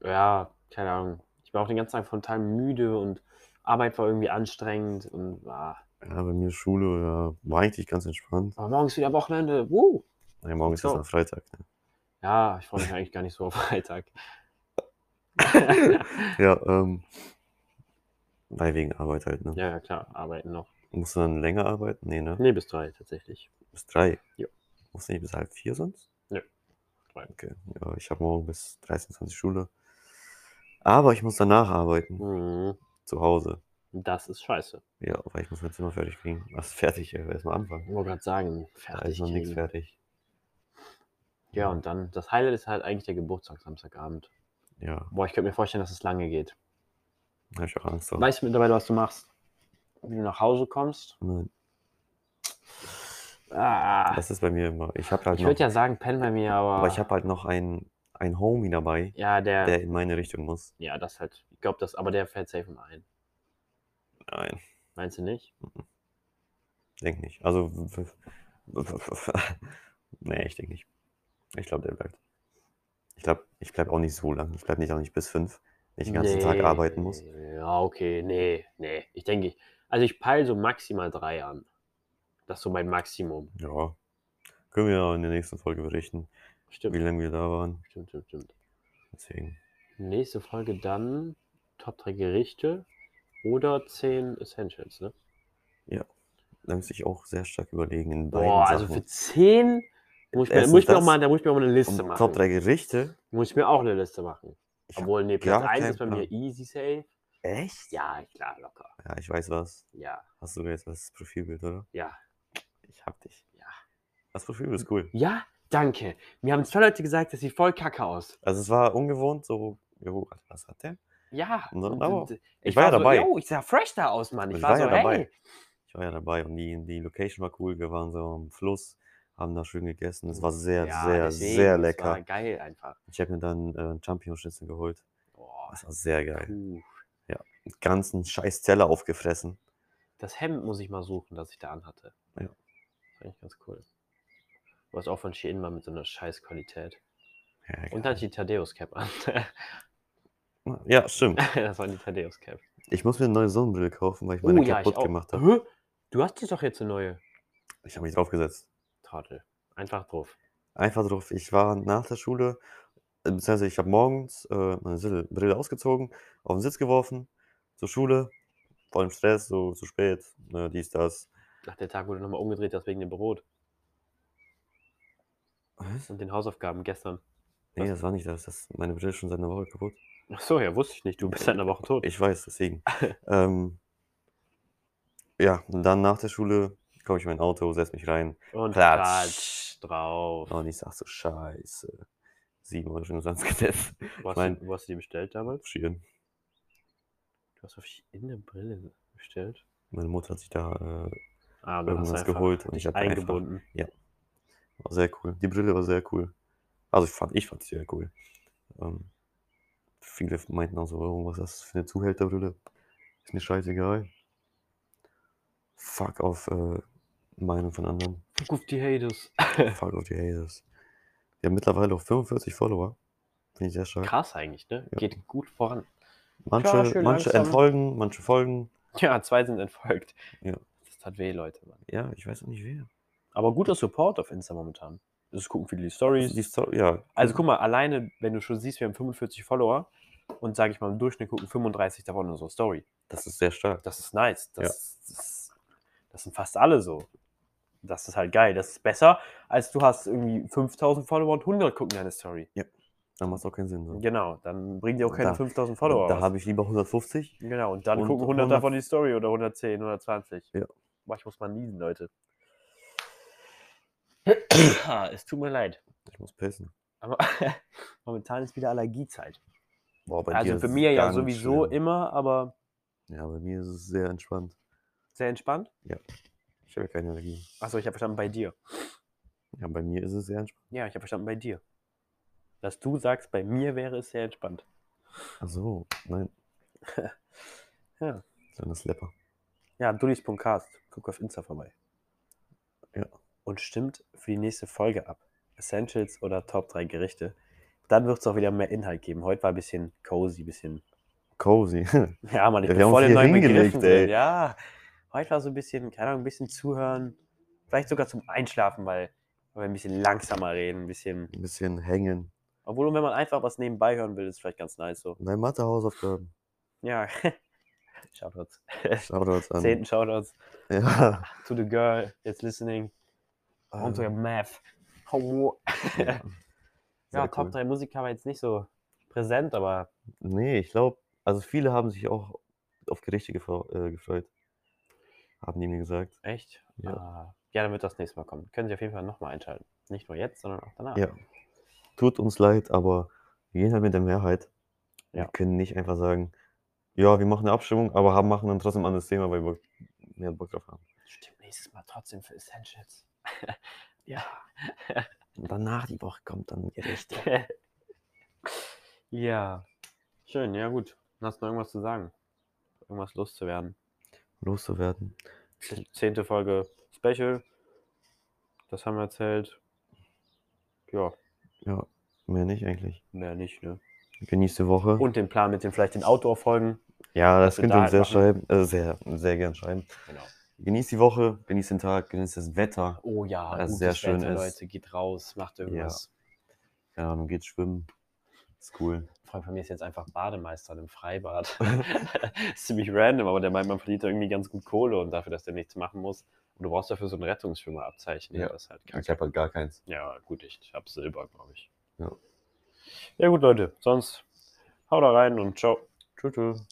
[SPEAKER 1] Ja, keine Ahnung. Ich war auch den ganzen Tag von Time müde und Arbeit war irgendwie anstrengend und ah.
[SPEAKER 2] Ja, bei mir Schule ja, war eigentlich ganz entspannt.
[SPEAKER 1] aber morgens wieder Wochenende. Woo!
[SPEAKER 2] Ja, morgen ist das
[SPEAKER 1] So.
[SPEAKER 2] am Freitag. Ne?
[SPEAKER 1] Ja, ich freue mich eigentlich gar nicht so auf Freitag.
[SPEAKER 2] Ja, ähm, weil wegen Arbeit halt, ne?
[SPEAKER 1] ja, ja, klar, arbeiten noch.
[SPEAKER 2] Musst du dann länger arbeiten? Nee, ne?
[SPEAKER 1] Nee, bis drei tatsächlich.
[SPEAKER 2] Bis drei.
[SPEAKER 1] Ja.
[SPEAKER 2] Musst du nicht bis halb vier sonst?
[SPEAKER 1] Nö. Drei.
[SPEAKER 2] Okay. Ja, ich habe morgen bis 13, 20 Schule. Aber ich muss danach arbeiten.
[SPEAKER 1] Mhm.
[SPEAKER 2] Zu Hause.
[SPEAKER 1] Das ist scheiße.
[SPEAKER 2] Ja, weil ich muss mein Zimmer fertig kriegen. Was fertig, ey, erstmal anfangen.
[SPEAKER 1] Ich wollte gerade sagen,
[SPEAKER 2] Da
[SPEAKER 1] fertig.
[SPEAKER 2] ist noch nichts
[SPEAKER 1] kriegen.
[SPEAKER 2] Also fertig.
[SPEAKER 1] Ja, und dann, das Highlight ist halt eigentlich der Geburtstag Samstagabend.
[SPEAKER 2] Ja,
[SPEAKER 1] Boah, ich könnte mir vorstellen, dass es lange geht.
[SPEAKER 2] habe ich auch Angst vor.
[SPEAKER 1] Weißt du mittlerweile, was du machst? Wie du nach Hause kommst?
[SPEAKER 2] Nein,
[SPEAKER 1] Ah,
[SPEAKER 2] das ist bei mir immer. Ich habe halt
[SPEAKER 1] ich
[SPEAKER 2] noch,
[SPEAKER 1] würde ja Ah. sagen, penn bei mir, aber.
[SPEAKER 2] aber ich habe halt noch einen, einen Homie dabei,
[SPEAKER 1] ja, der,
[SPEAKER 2] der in meine Richtung muss.
[SPEAKER 1] Ja, das halt. Ich glaube, das. Aber der fällt safe mal ein.
[SPEAKER 2] Nein,
[SPEAKER 1] Meinst du nicht?
[SPEAKER 2] denk nicht. Also, nee, ich denk nicht. Ich glaube, der bleibt. Ich glaube, ich bleib auch nicht so lang. Ich bleib nicht auch nicht bis fünf, wenn ich den ganzen Tag
[SPEAKER 1] Nee.
[SPEAKER 2] arbeiten muss.
[SPEAKER 1] Ja, okay. Nee, nee. Ich denke, ich- also ich peile so maximal drei an. Das ist so mein Maximum.
[SPEAKER 2] Ja, können wir ja in der nächsten Folge berichten, wie
[SPEAKER 1] Stimmt.
[SPEAKER 2] lange wir da waren.
[SPEAKER 1] Stimmt, stimmt, stimmt.
[SPEAKER 2] Deswegen,
[SPEAKER 1] Nächste Folge dann Top 3 Gerichte oder 10 Essentials, ne?
[SPEAKER 2] da müsste ich auch sehr stark überlegen in beiden
[SPEAKER 1] Boah, also
[SPEAKER 2] Sachen.
[SPEAKER 1] für 10 muss ich mir,
[SPEAKER 2] Erstens
[SPEAKER 1] muss ich mir auch
[SPEAKER 2] das
[SPEAKER 1] mal, da muss ich mir auch mal eine
[SPEAKER 2] und
[SPEAKER 1] Liste machen.
[SPEAKER 2] Um Top drei Gerichte.
[SPEAKER 1] Muss ich mir auch eine Liste machen.
[SPEAKER 2] Ich hab
[SPEAKER 1] Obwohl, nee, Platz
[SPEAKER 2] gar
[SPEAKER 1] 1
[SPEAKER 2] keinen
[SPEAKER 1] ist bei mir easy safe.
[SPEAKER 2] Echt?
[SPEAKER 1] Ja, klar, locker.
[SPEAKER 2] Ja, ich weiß was.
[SPEAKER 1] Ja,
[SPEAKER 2] Hast du jetzt das Profilbild, oder?
[SPEAKER 1] ja.
[SPEAKER 2] Ich hab dich.
[SPEAKER 1] Ja.
[SPEAKER 2] Das Profilbild ist cool.
[SPEAKER 1] Ja, danke. Mir haben zwei Leute gesagt, das sieht voll kacke aus.
[SPEAKER 2] Also es war ungewohnt, so, jo, Alter, was hat der?
[SPEAKER 1] Ja.
[SPEAKER 2] Na,
[SPEAKER 1] und-
[SPEAKER 2] Ne, aber
[SPEAKER 1] und, äh,
[SPEAKER 2] ich war ja
[SPEAKER 1] so,
[SPEAKER 2] dabei.
[SPEAKER 1] Yo, ich sah fresh da aus, Mann. Ich,
[SPEAKER 2] Ich
[SPEAKER 1] war,
[SPEAKER 2] war
[SPEAKER 1] so,
[SPEAKER 2] ja dabei.
[SPEAKER 1] Hey.
[SPEAKER 2] Ich war ja dabei und die, die Location war cool. Wir waren so am Fluss, haben da schön gegessen. Es war sehr,
[SPEAKER 1] Ja,
[SPEAKER 2] sehr,
[SPEAKER 1] deswegen,
[SPEAKER 2] sehr
[SPEAKER 1] das
[SPEAKER 2] lecker.
[SPEAKER 1] War geil einfach.
[SPEAKER 2] Ich habe mir dann äh, Champion-Schnitzel geholt.
[SPEAKER 1] Boah,
[SPEAKER 2] Das war sehr geil.
[SPEAKER 1] puh.
[SPEAKER 2] Den ganzen scheiß Teller aufgefressen.
[SPEAKER 1] Das Hemd muss ich mal suchen, das ich da anhatte. Das
[SPEAKER 2] Ja.
[SPEAKER 1] war eigentlich ganz cool. Was auch von Shein war mit so einer scheiß Qualität.
[SPEAKER 2] Ja,
[SPEAKER 1] Und
[SPEAKER 2] geil.
[SPEAKER 1] dann die Thaddeus Cap an.
[SPEAKER 2] ja, stimmt.
[SPEAKER 1] das war die Thaddeus Cap. Uh,
[SPEAKER 2] Ich muss mir eine neue Sonnenbrille kaufen, weil ich
[SPEAKER 1] Oh
[SPEAKER 2] meine kaputt gemacht habe.
[SPEAKER 1] Hä? Du hast jetzt doch jetzt eine neue
[SPEAKER 2] Ich habe mich draufgesetzt.
[SPEAKER 1] Trottel. Einfach drauf.
[SPEAKER 2] Einfach drauf. Ich war nach der Schule, äh, beziehungsweise ich habe morgens äh, meine Sil- Brille ausgezogen, auf den Sitz geworfen, zur Schule, voll im Stress, so zu spät, ne, dies, das.
[SPEAKER 1] Ach, der Tag wurde nochmal umgedreht, das wegen dem Brot
[SPEAKER 2] Was?
[SPEAKER 1] und den Hausaufgaben gestern.
[SPEAKER 2] Nee, das war nicht das. das meine Brille ist schon seit einer Woche kaputt.
[SPEAKER 1] Ach so, ja, wusste ich nicht. Du bist seit einer Woche tot.
[SPEAKER 2] Ich weiß, deswegen. ähm, ja, und dann nach der Schule komme ich in mein Auto, setze mich rein.
[SPEAKER 1] und
[SPEAKER 2] Platsch.
[SPEAKER 1] Platz drauf.
[SPEAKER 2] Und ich sag so, scheiße. Sieben Euro schon umsonst gesetzt.
[SPEAKER 1] wo, hast
[SPEAKER 2] mein-
[SPEAKER 1] du, wo hast du die bestellt damals?
[SPEAKER 2] Schieren.
[SPEAKER 1] Du hast auf in der Brille bestellt.
[SPEAKER 2] Meine Mutter hat sich da äh,
[SPEAKER 1] Ah, und dann hast du
[SPEAKER 2] irgendwas
[SPEAKER 1] einfach
[SPEAKER 2] geholt und ich
[SPEAKER 1] dich
[SPEAKER 2] habe einfach
[SPEAKER 1] eingebunden.
[SPEAKER 2] War sehr cool. Die Brille war sehr cool. Also ich fand, ich fand sie sehr cool. Ähm, viele meinten auch so, oh, was ist das für eine Zuhälterbrille? Ist mir scheißegal. Fuck auf äh, Meinung von anderen.
[SPEAKER 1] Guck auf die Hades.
[SPEAKER 2] Fuck auf die Haters. Wir haben mittlerweile auch 45 Follower. Finde ich sehr stark.
[SPEAKER 1] Krass eigentlich, ne?
[SPEAKER 2] Ja.
[SPEAKER 1] Geht gut voran. Ja,
[SPEAKER 2] Manche,
[SPEAKER 1] schön
[SPEAKER 2] manche
[SPEAKER 1] langsam.
[SPEAKER 2] entfolgen, manche folgen.
[SPEAKER 1] Ja, zwei sind entfolgt.
[SPEAKER 2] Ja.
[SPEAKER 1] Das tat weh, Leute. Mann.
[SPEAKER 2] Ja, ich weiß auch nicht wer.
[SPEAKER 1] Aber guter Support auf Insta momentan. Das gucken viele die
[SPEAKER 2] Also, die
[SPEAKER 1] Stories.
[SPEAKER 2] Story, ja.
[SPEAKER 1] Also guck mal, alleine, wenn du schon siehst, wir haben 45 Follower, und sage ich mal, im Durchschnitt gucken 35 davon unsere Story.
[SPEAKER 2] Das ist sehr stark.
[SPEAKER 1] Das ist nice. Das,
[SPEAKER 2] Ja.
[SPEAKER 1] das, das sind fast alle so. Das ist halt geil. Das ist besser, als du hast irgendwie 5000 Follower und 100 gucken deine Story.
[SPEAKER 2] Da macht es auch keinen Sinn. So.
[SPEAKER 1] Genau, dann bringen die auch keine
[SPEAKER 2] Hm. Da-
[SPEAKER 1] 5000 Follower.
[SPEAKER 2] da
[SPEAKER 1] was.
[SPEAKER 2] habe ich lieber 150.
[SPEAKER 1] Genau, und dann
[SPEAKER 2] Und
[SPEAKER 1] gucken 100
[SPEAKER 2] 100
[SPEAKER 1] davon die Story oder 110, 120.
[SPEAKER 2] Ja.
[SPEAKER 1] Boah, ich muss mal niesen, Leute. Ah, es tut mir leid.
[SPEAKER 2] Ich muss pissen.
[SPEAKER 1] Aber momentan ist wieder Allergiezeit.
[SPEAKER 2] Boah, bei dir
[SPEAKER 1] also
[SPEAKER 2] ist
[SPEAKER 1] für
[SPEAKER 2] es
[SPEAKER 1] mich ja
[SPEAKER 2] ganz
[SPEAKER 1] sowieso
[SPEAKER 2] schlimm.
[SPEAKER 1] immer, aber
[SPEAKER 2] Ja, bei mir ist es sehr entspannt.
[SPEAKER 1] sehr entspannt.
[SPEAKER 2] Ich habe ja keine Energie.
[SPEAKER 1] Achso, ich habe verstanden, bei dir.
[SPEAKER 2] Ja, bei mir ist es sehr entspannt.
[SPEAKER 1] Ja, ich habe verstanden, bei dir. Dass du sagst, bei mir wäre es sehr entspannt.
[SPEAKER 2] Ach so, nein.
[SPEAKER 1] Ja.
[SPEAKER 2] Dann ist Lepper.
[SPEAKER 1] Ja, dullis.cast. Guck auf Insta vorbei.
[SPEAKER 2] Ja.
[SPEAKER 1] Und stimmt für die nächste Folge ab. Essentials oder Top 3 Gerichte. Dann wird es auch wieder mehr Inhalt geben. Heute war ein bisschen cozy, ein bisschen.
[SPEAKER 2] Cozy.
[SPEAKER 1] Ja, man, ich
[SPEAKER 2] Ja, wir
[SPEAKER 1] bin
[SPEAKER 2] haben
[SPEAKER 1] voll
[SPEAKER 2] uns
[SPEAKER 1] in
[SPEAKER 2] hier
[SPEAKER 1] neuen
[SPEAKER 2] hingelegt,
[SPEAKER 1] Begriffen drin.
[SPEAKER 2] ey.
[SPEAKER 1] Ja. Heute war so ein bisschen, keine Ahnung, ein bisschen zuhören. Vielleicht sogar zum Einschlafen, weil weil wir ein bisschen langsamer reden, ein bisschen.
[SPEAKER 2] Ein bisschen hängen.
[SPEAKER 1] Obwohl, wenn man einfach was nebenbei hören will, ist vielleicht ganz nice so.
[SPEAKER 2] Nein, Mathe-Hausaufgaben.
[SPEAKER 1] Ja. Shoutouts.
[SPEAKER 2] Shoutouts an.
[SPEAKER 1] Zehnten Shoutouts
[SPEAKER 2] Ja.
[SPEAKER 1] to the girl that's listening. Und sogar
[SPEAKER 2] Ähm.
[SPEAKER 1] Math. Homo.
[SPEAKER 2] Ja,
[SPEAKER 1] Ja,
[SPEAKER 2] Sehr
[SPEAKER 1] Top
[SPEAKER 2] cool.
[SPEAKER 1] 3 Musiker war jetzt nicht so präsent, aber
[SPEAKER 2] Nee, ich glaube, also viele haben sich auch auf Gerichte gefre äh, gefreut. Haben die mir gesagt.
[SPEAKER 1] echt.
[SPEAKER 2] Ja.
[SPEAKER 1] Ah, ja, dann wird das nächste Mal kommen. Können Sie auf jeden Fall nochmal einschalten. Nicht nur jetzt, sondern auch danach.
[SPEAKER 2] Ja. Tut uns leid, aber wir gehen halt mit der Mehrheit.
[SPEAKER 1] Ja.
[SPEAKER 2] Wir können nicht einfach sagen, ja, wir machen eine Abstimmung, aber haben, machen dann trotzdem ein anderes Thema, weil wir mehr Bock drauf haben.
[SPEAKER 1] Stimmt, nächstes Mal trotzdem für Essentials. ja.
[SPEAKER 2] Und danach die Woche kommt dann Gerichte.
[SPEAKER 1] ja. Schön, ja gut. Hast du noch irgendwas zu sagen? Irgendwas loszuwerden?
[SPEAKER 2] Loszuwerden. Hm.
[SPEAKER 1] Zehnte Folge Special. Das haben wir erzählt. Ja,
[SPEAKER 2] Ja, mehr nicht eigentlich.
[SPEAKER 1] mehr nicht, ne?
[SPEAKER 2] Genießt die Woche.
[SPEAKER 1] Und den Plan mit den vielleicht den Outdoor-Folgen.
[SPEAKER 2] ja, das
[SPEAKER 1] wir
[SPEAKER 2] könnt
[SPEAKER 1] da
[SPEAKER 2] ihr uns sehr
[SPEAKER 1] halt
[SPEAKER 2] schreiben, äh, sehr, sehr gern schreiben.
[SPEAKER 1] Genau.
[SPEAKER 2] Genießt die Woche, genießt den Tag, genießt das Wetter.
[SPEAKER 1] Oh ja,
[SPEAKER 2] Was
[SPEAKER 1] gutes
[SPEAKER 2] sehr schön
[SPEAKER 1] Wetter,
[SPEAKER 2] ist.
[SPEAKER 1] Leute, geht raus, macht irgendwas.
[SPEAKER 2] Keine Ahnung, geht schwimmen. Ist cool.
[SPEAKER 1] Vor allem bei mir ist jetzt einfach Bademeister im Freibad. ist ziemlich random, aber der meint, man verdient da irgendwie ganz gut Kohle und dafür, dass der nichts machen muss. Und du brauchst dafür so ein Rettungsschwimmerabzeichen. Ja.
[SPEAKER 2] Ja.
[SPEAKER 1] Das ist halt
[SPEAKER 2] Ich
[SPEAKER 1] kacke.
[SPEAKER 2] habe halt gar keins.
[SPEAKER 1] Ja, gut, ich, ich habe Silber, glaube ich.
[SPEAKER 2] Ja.
[SPEAKER 1] ja, gut, Leute, sonst hau da rein und ciao.
[SPEAKER 2] Tschüss. tschüss.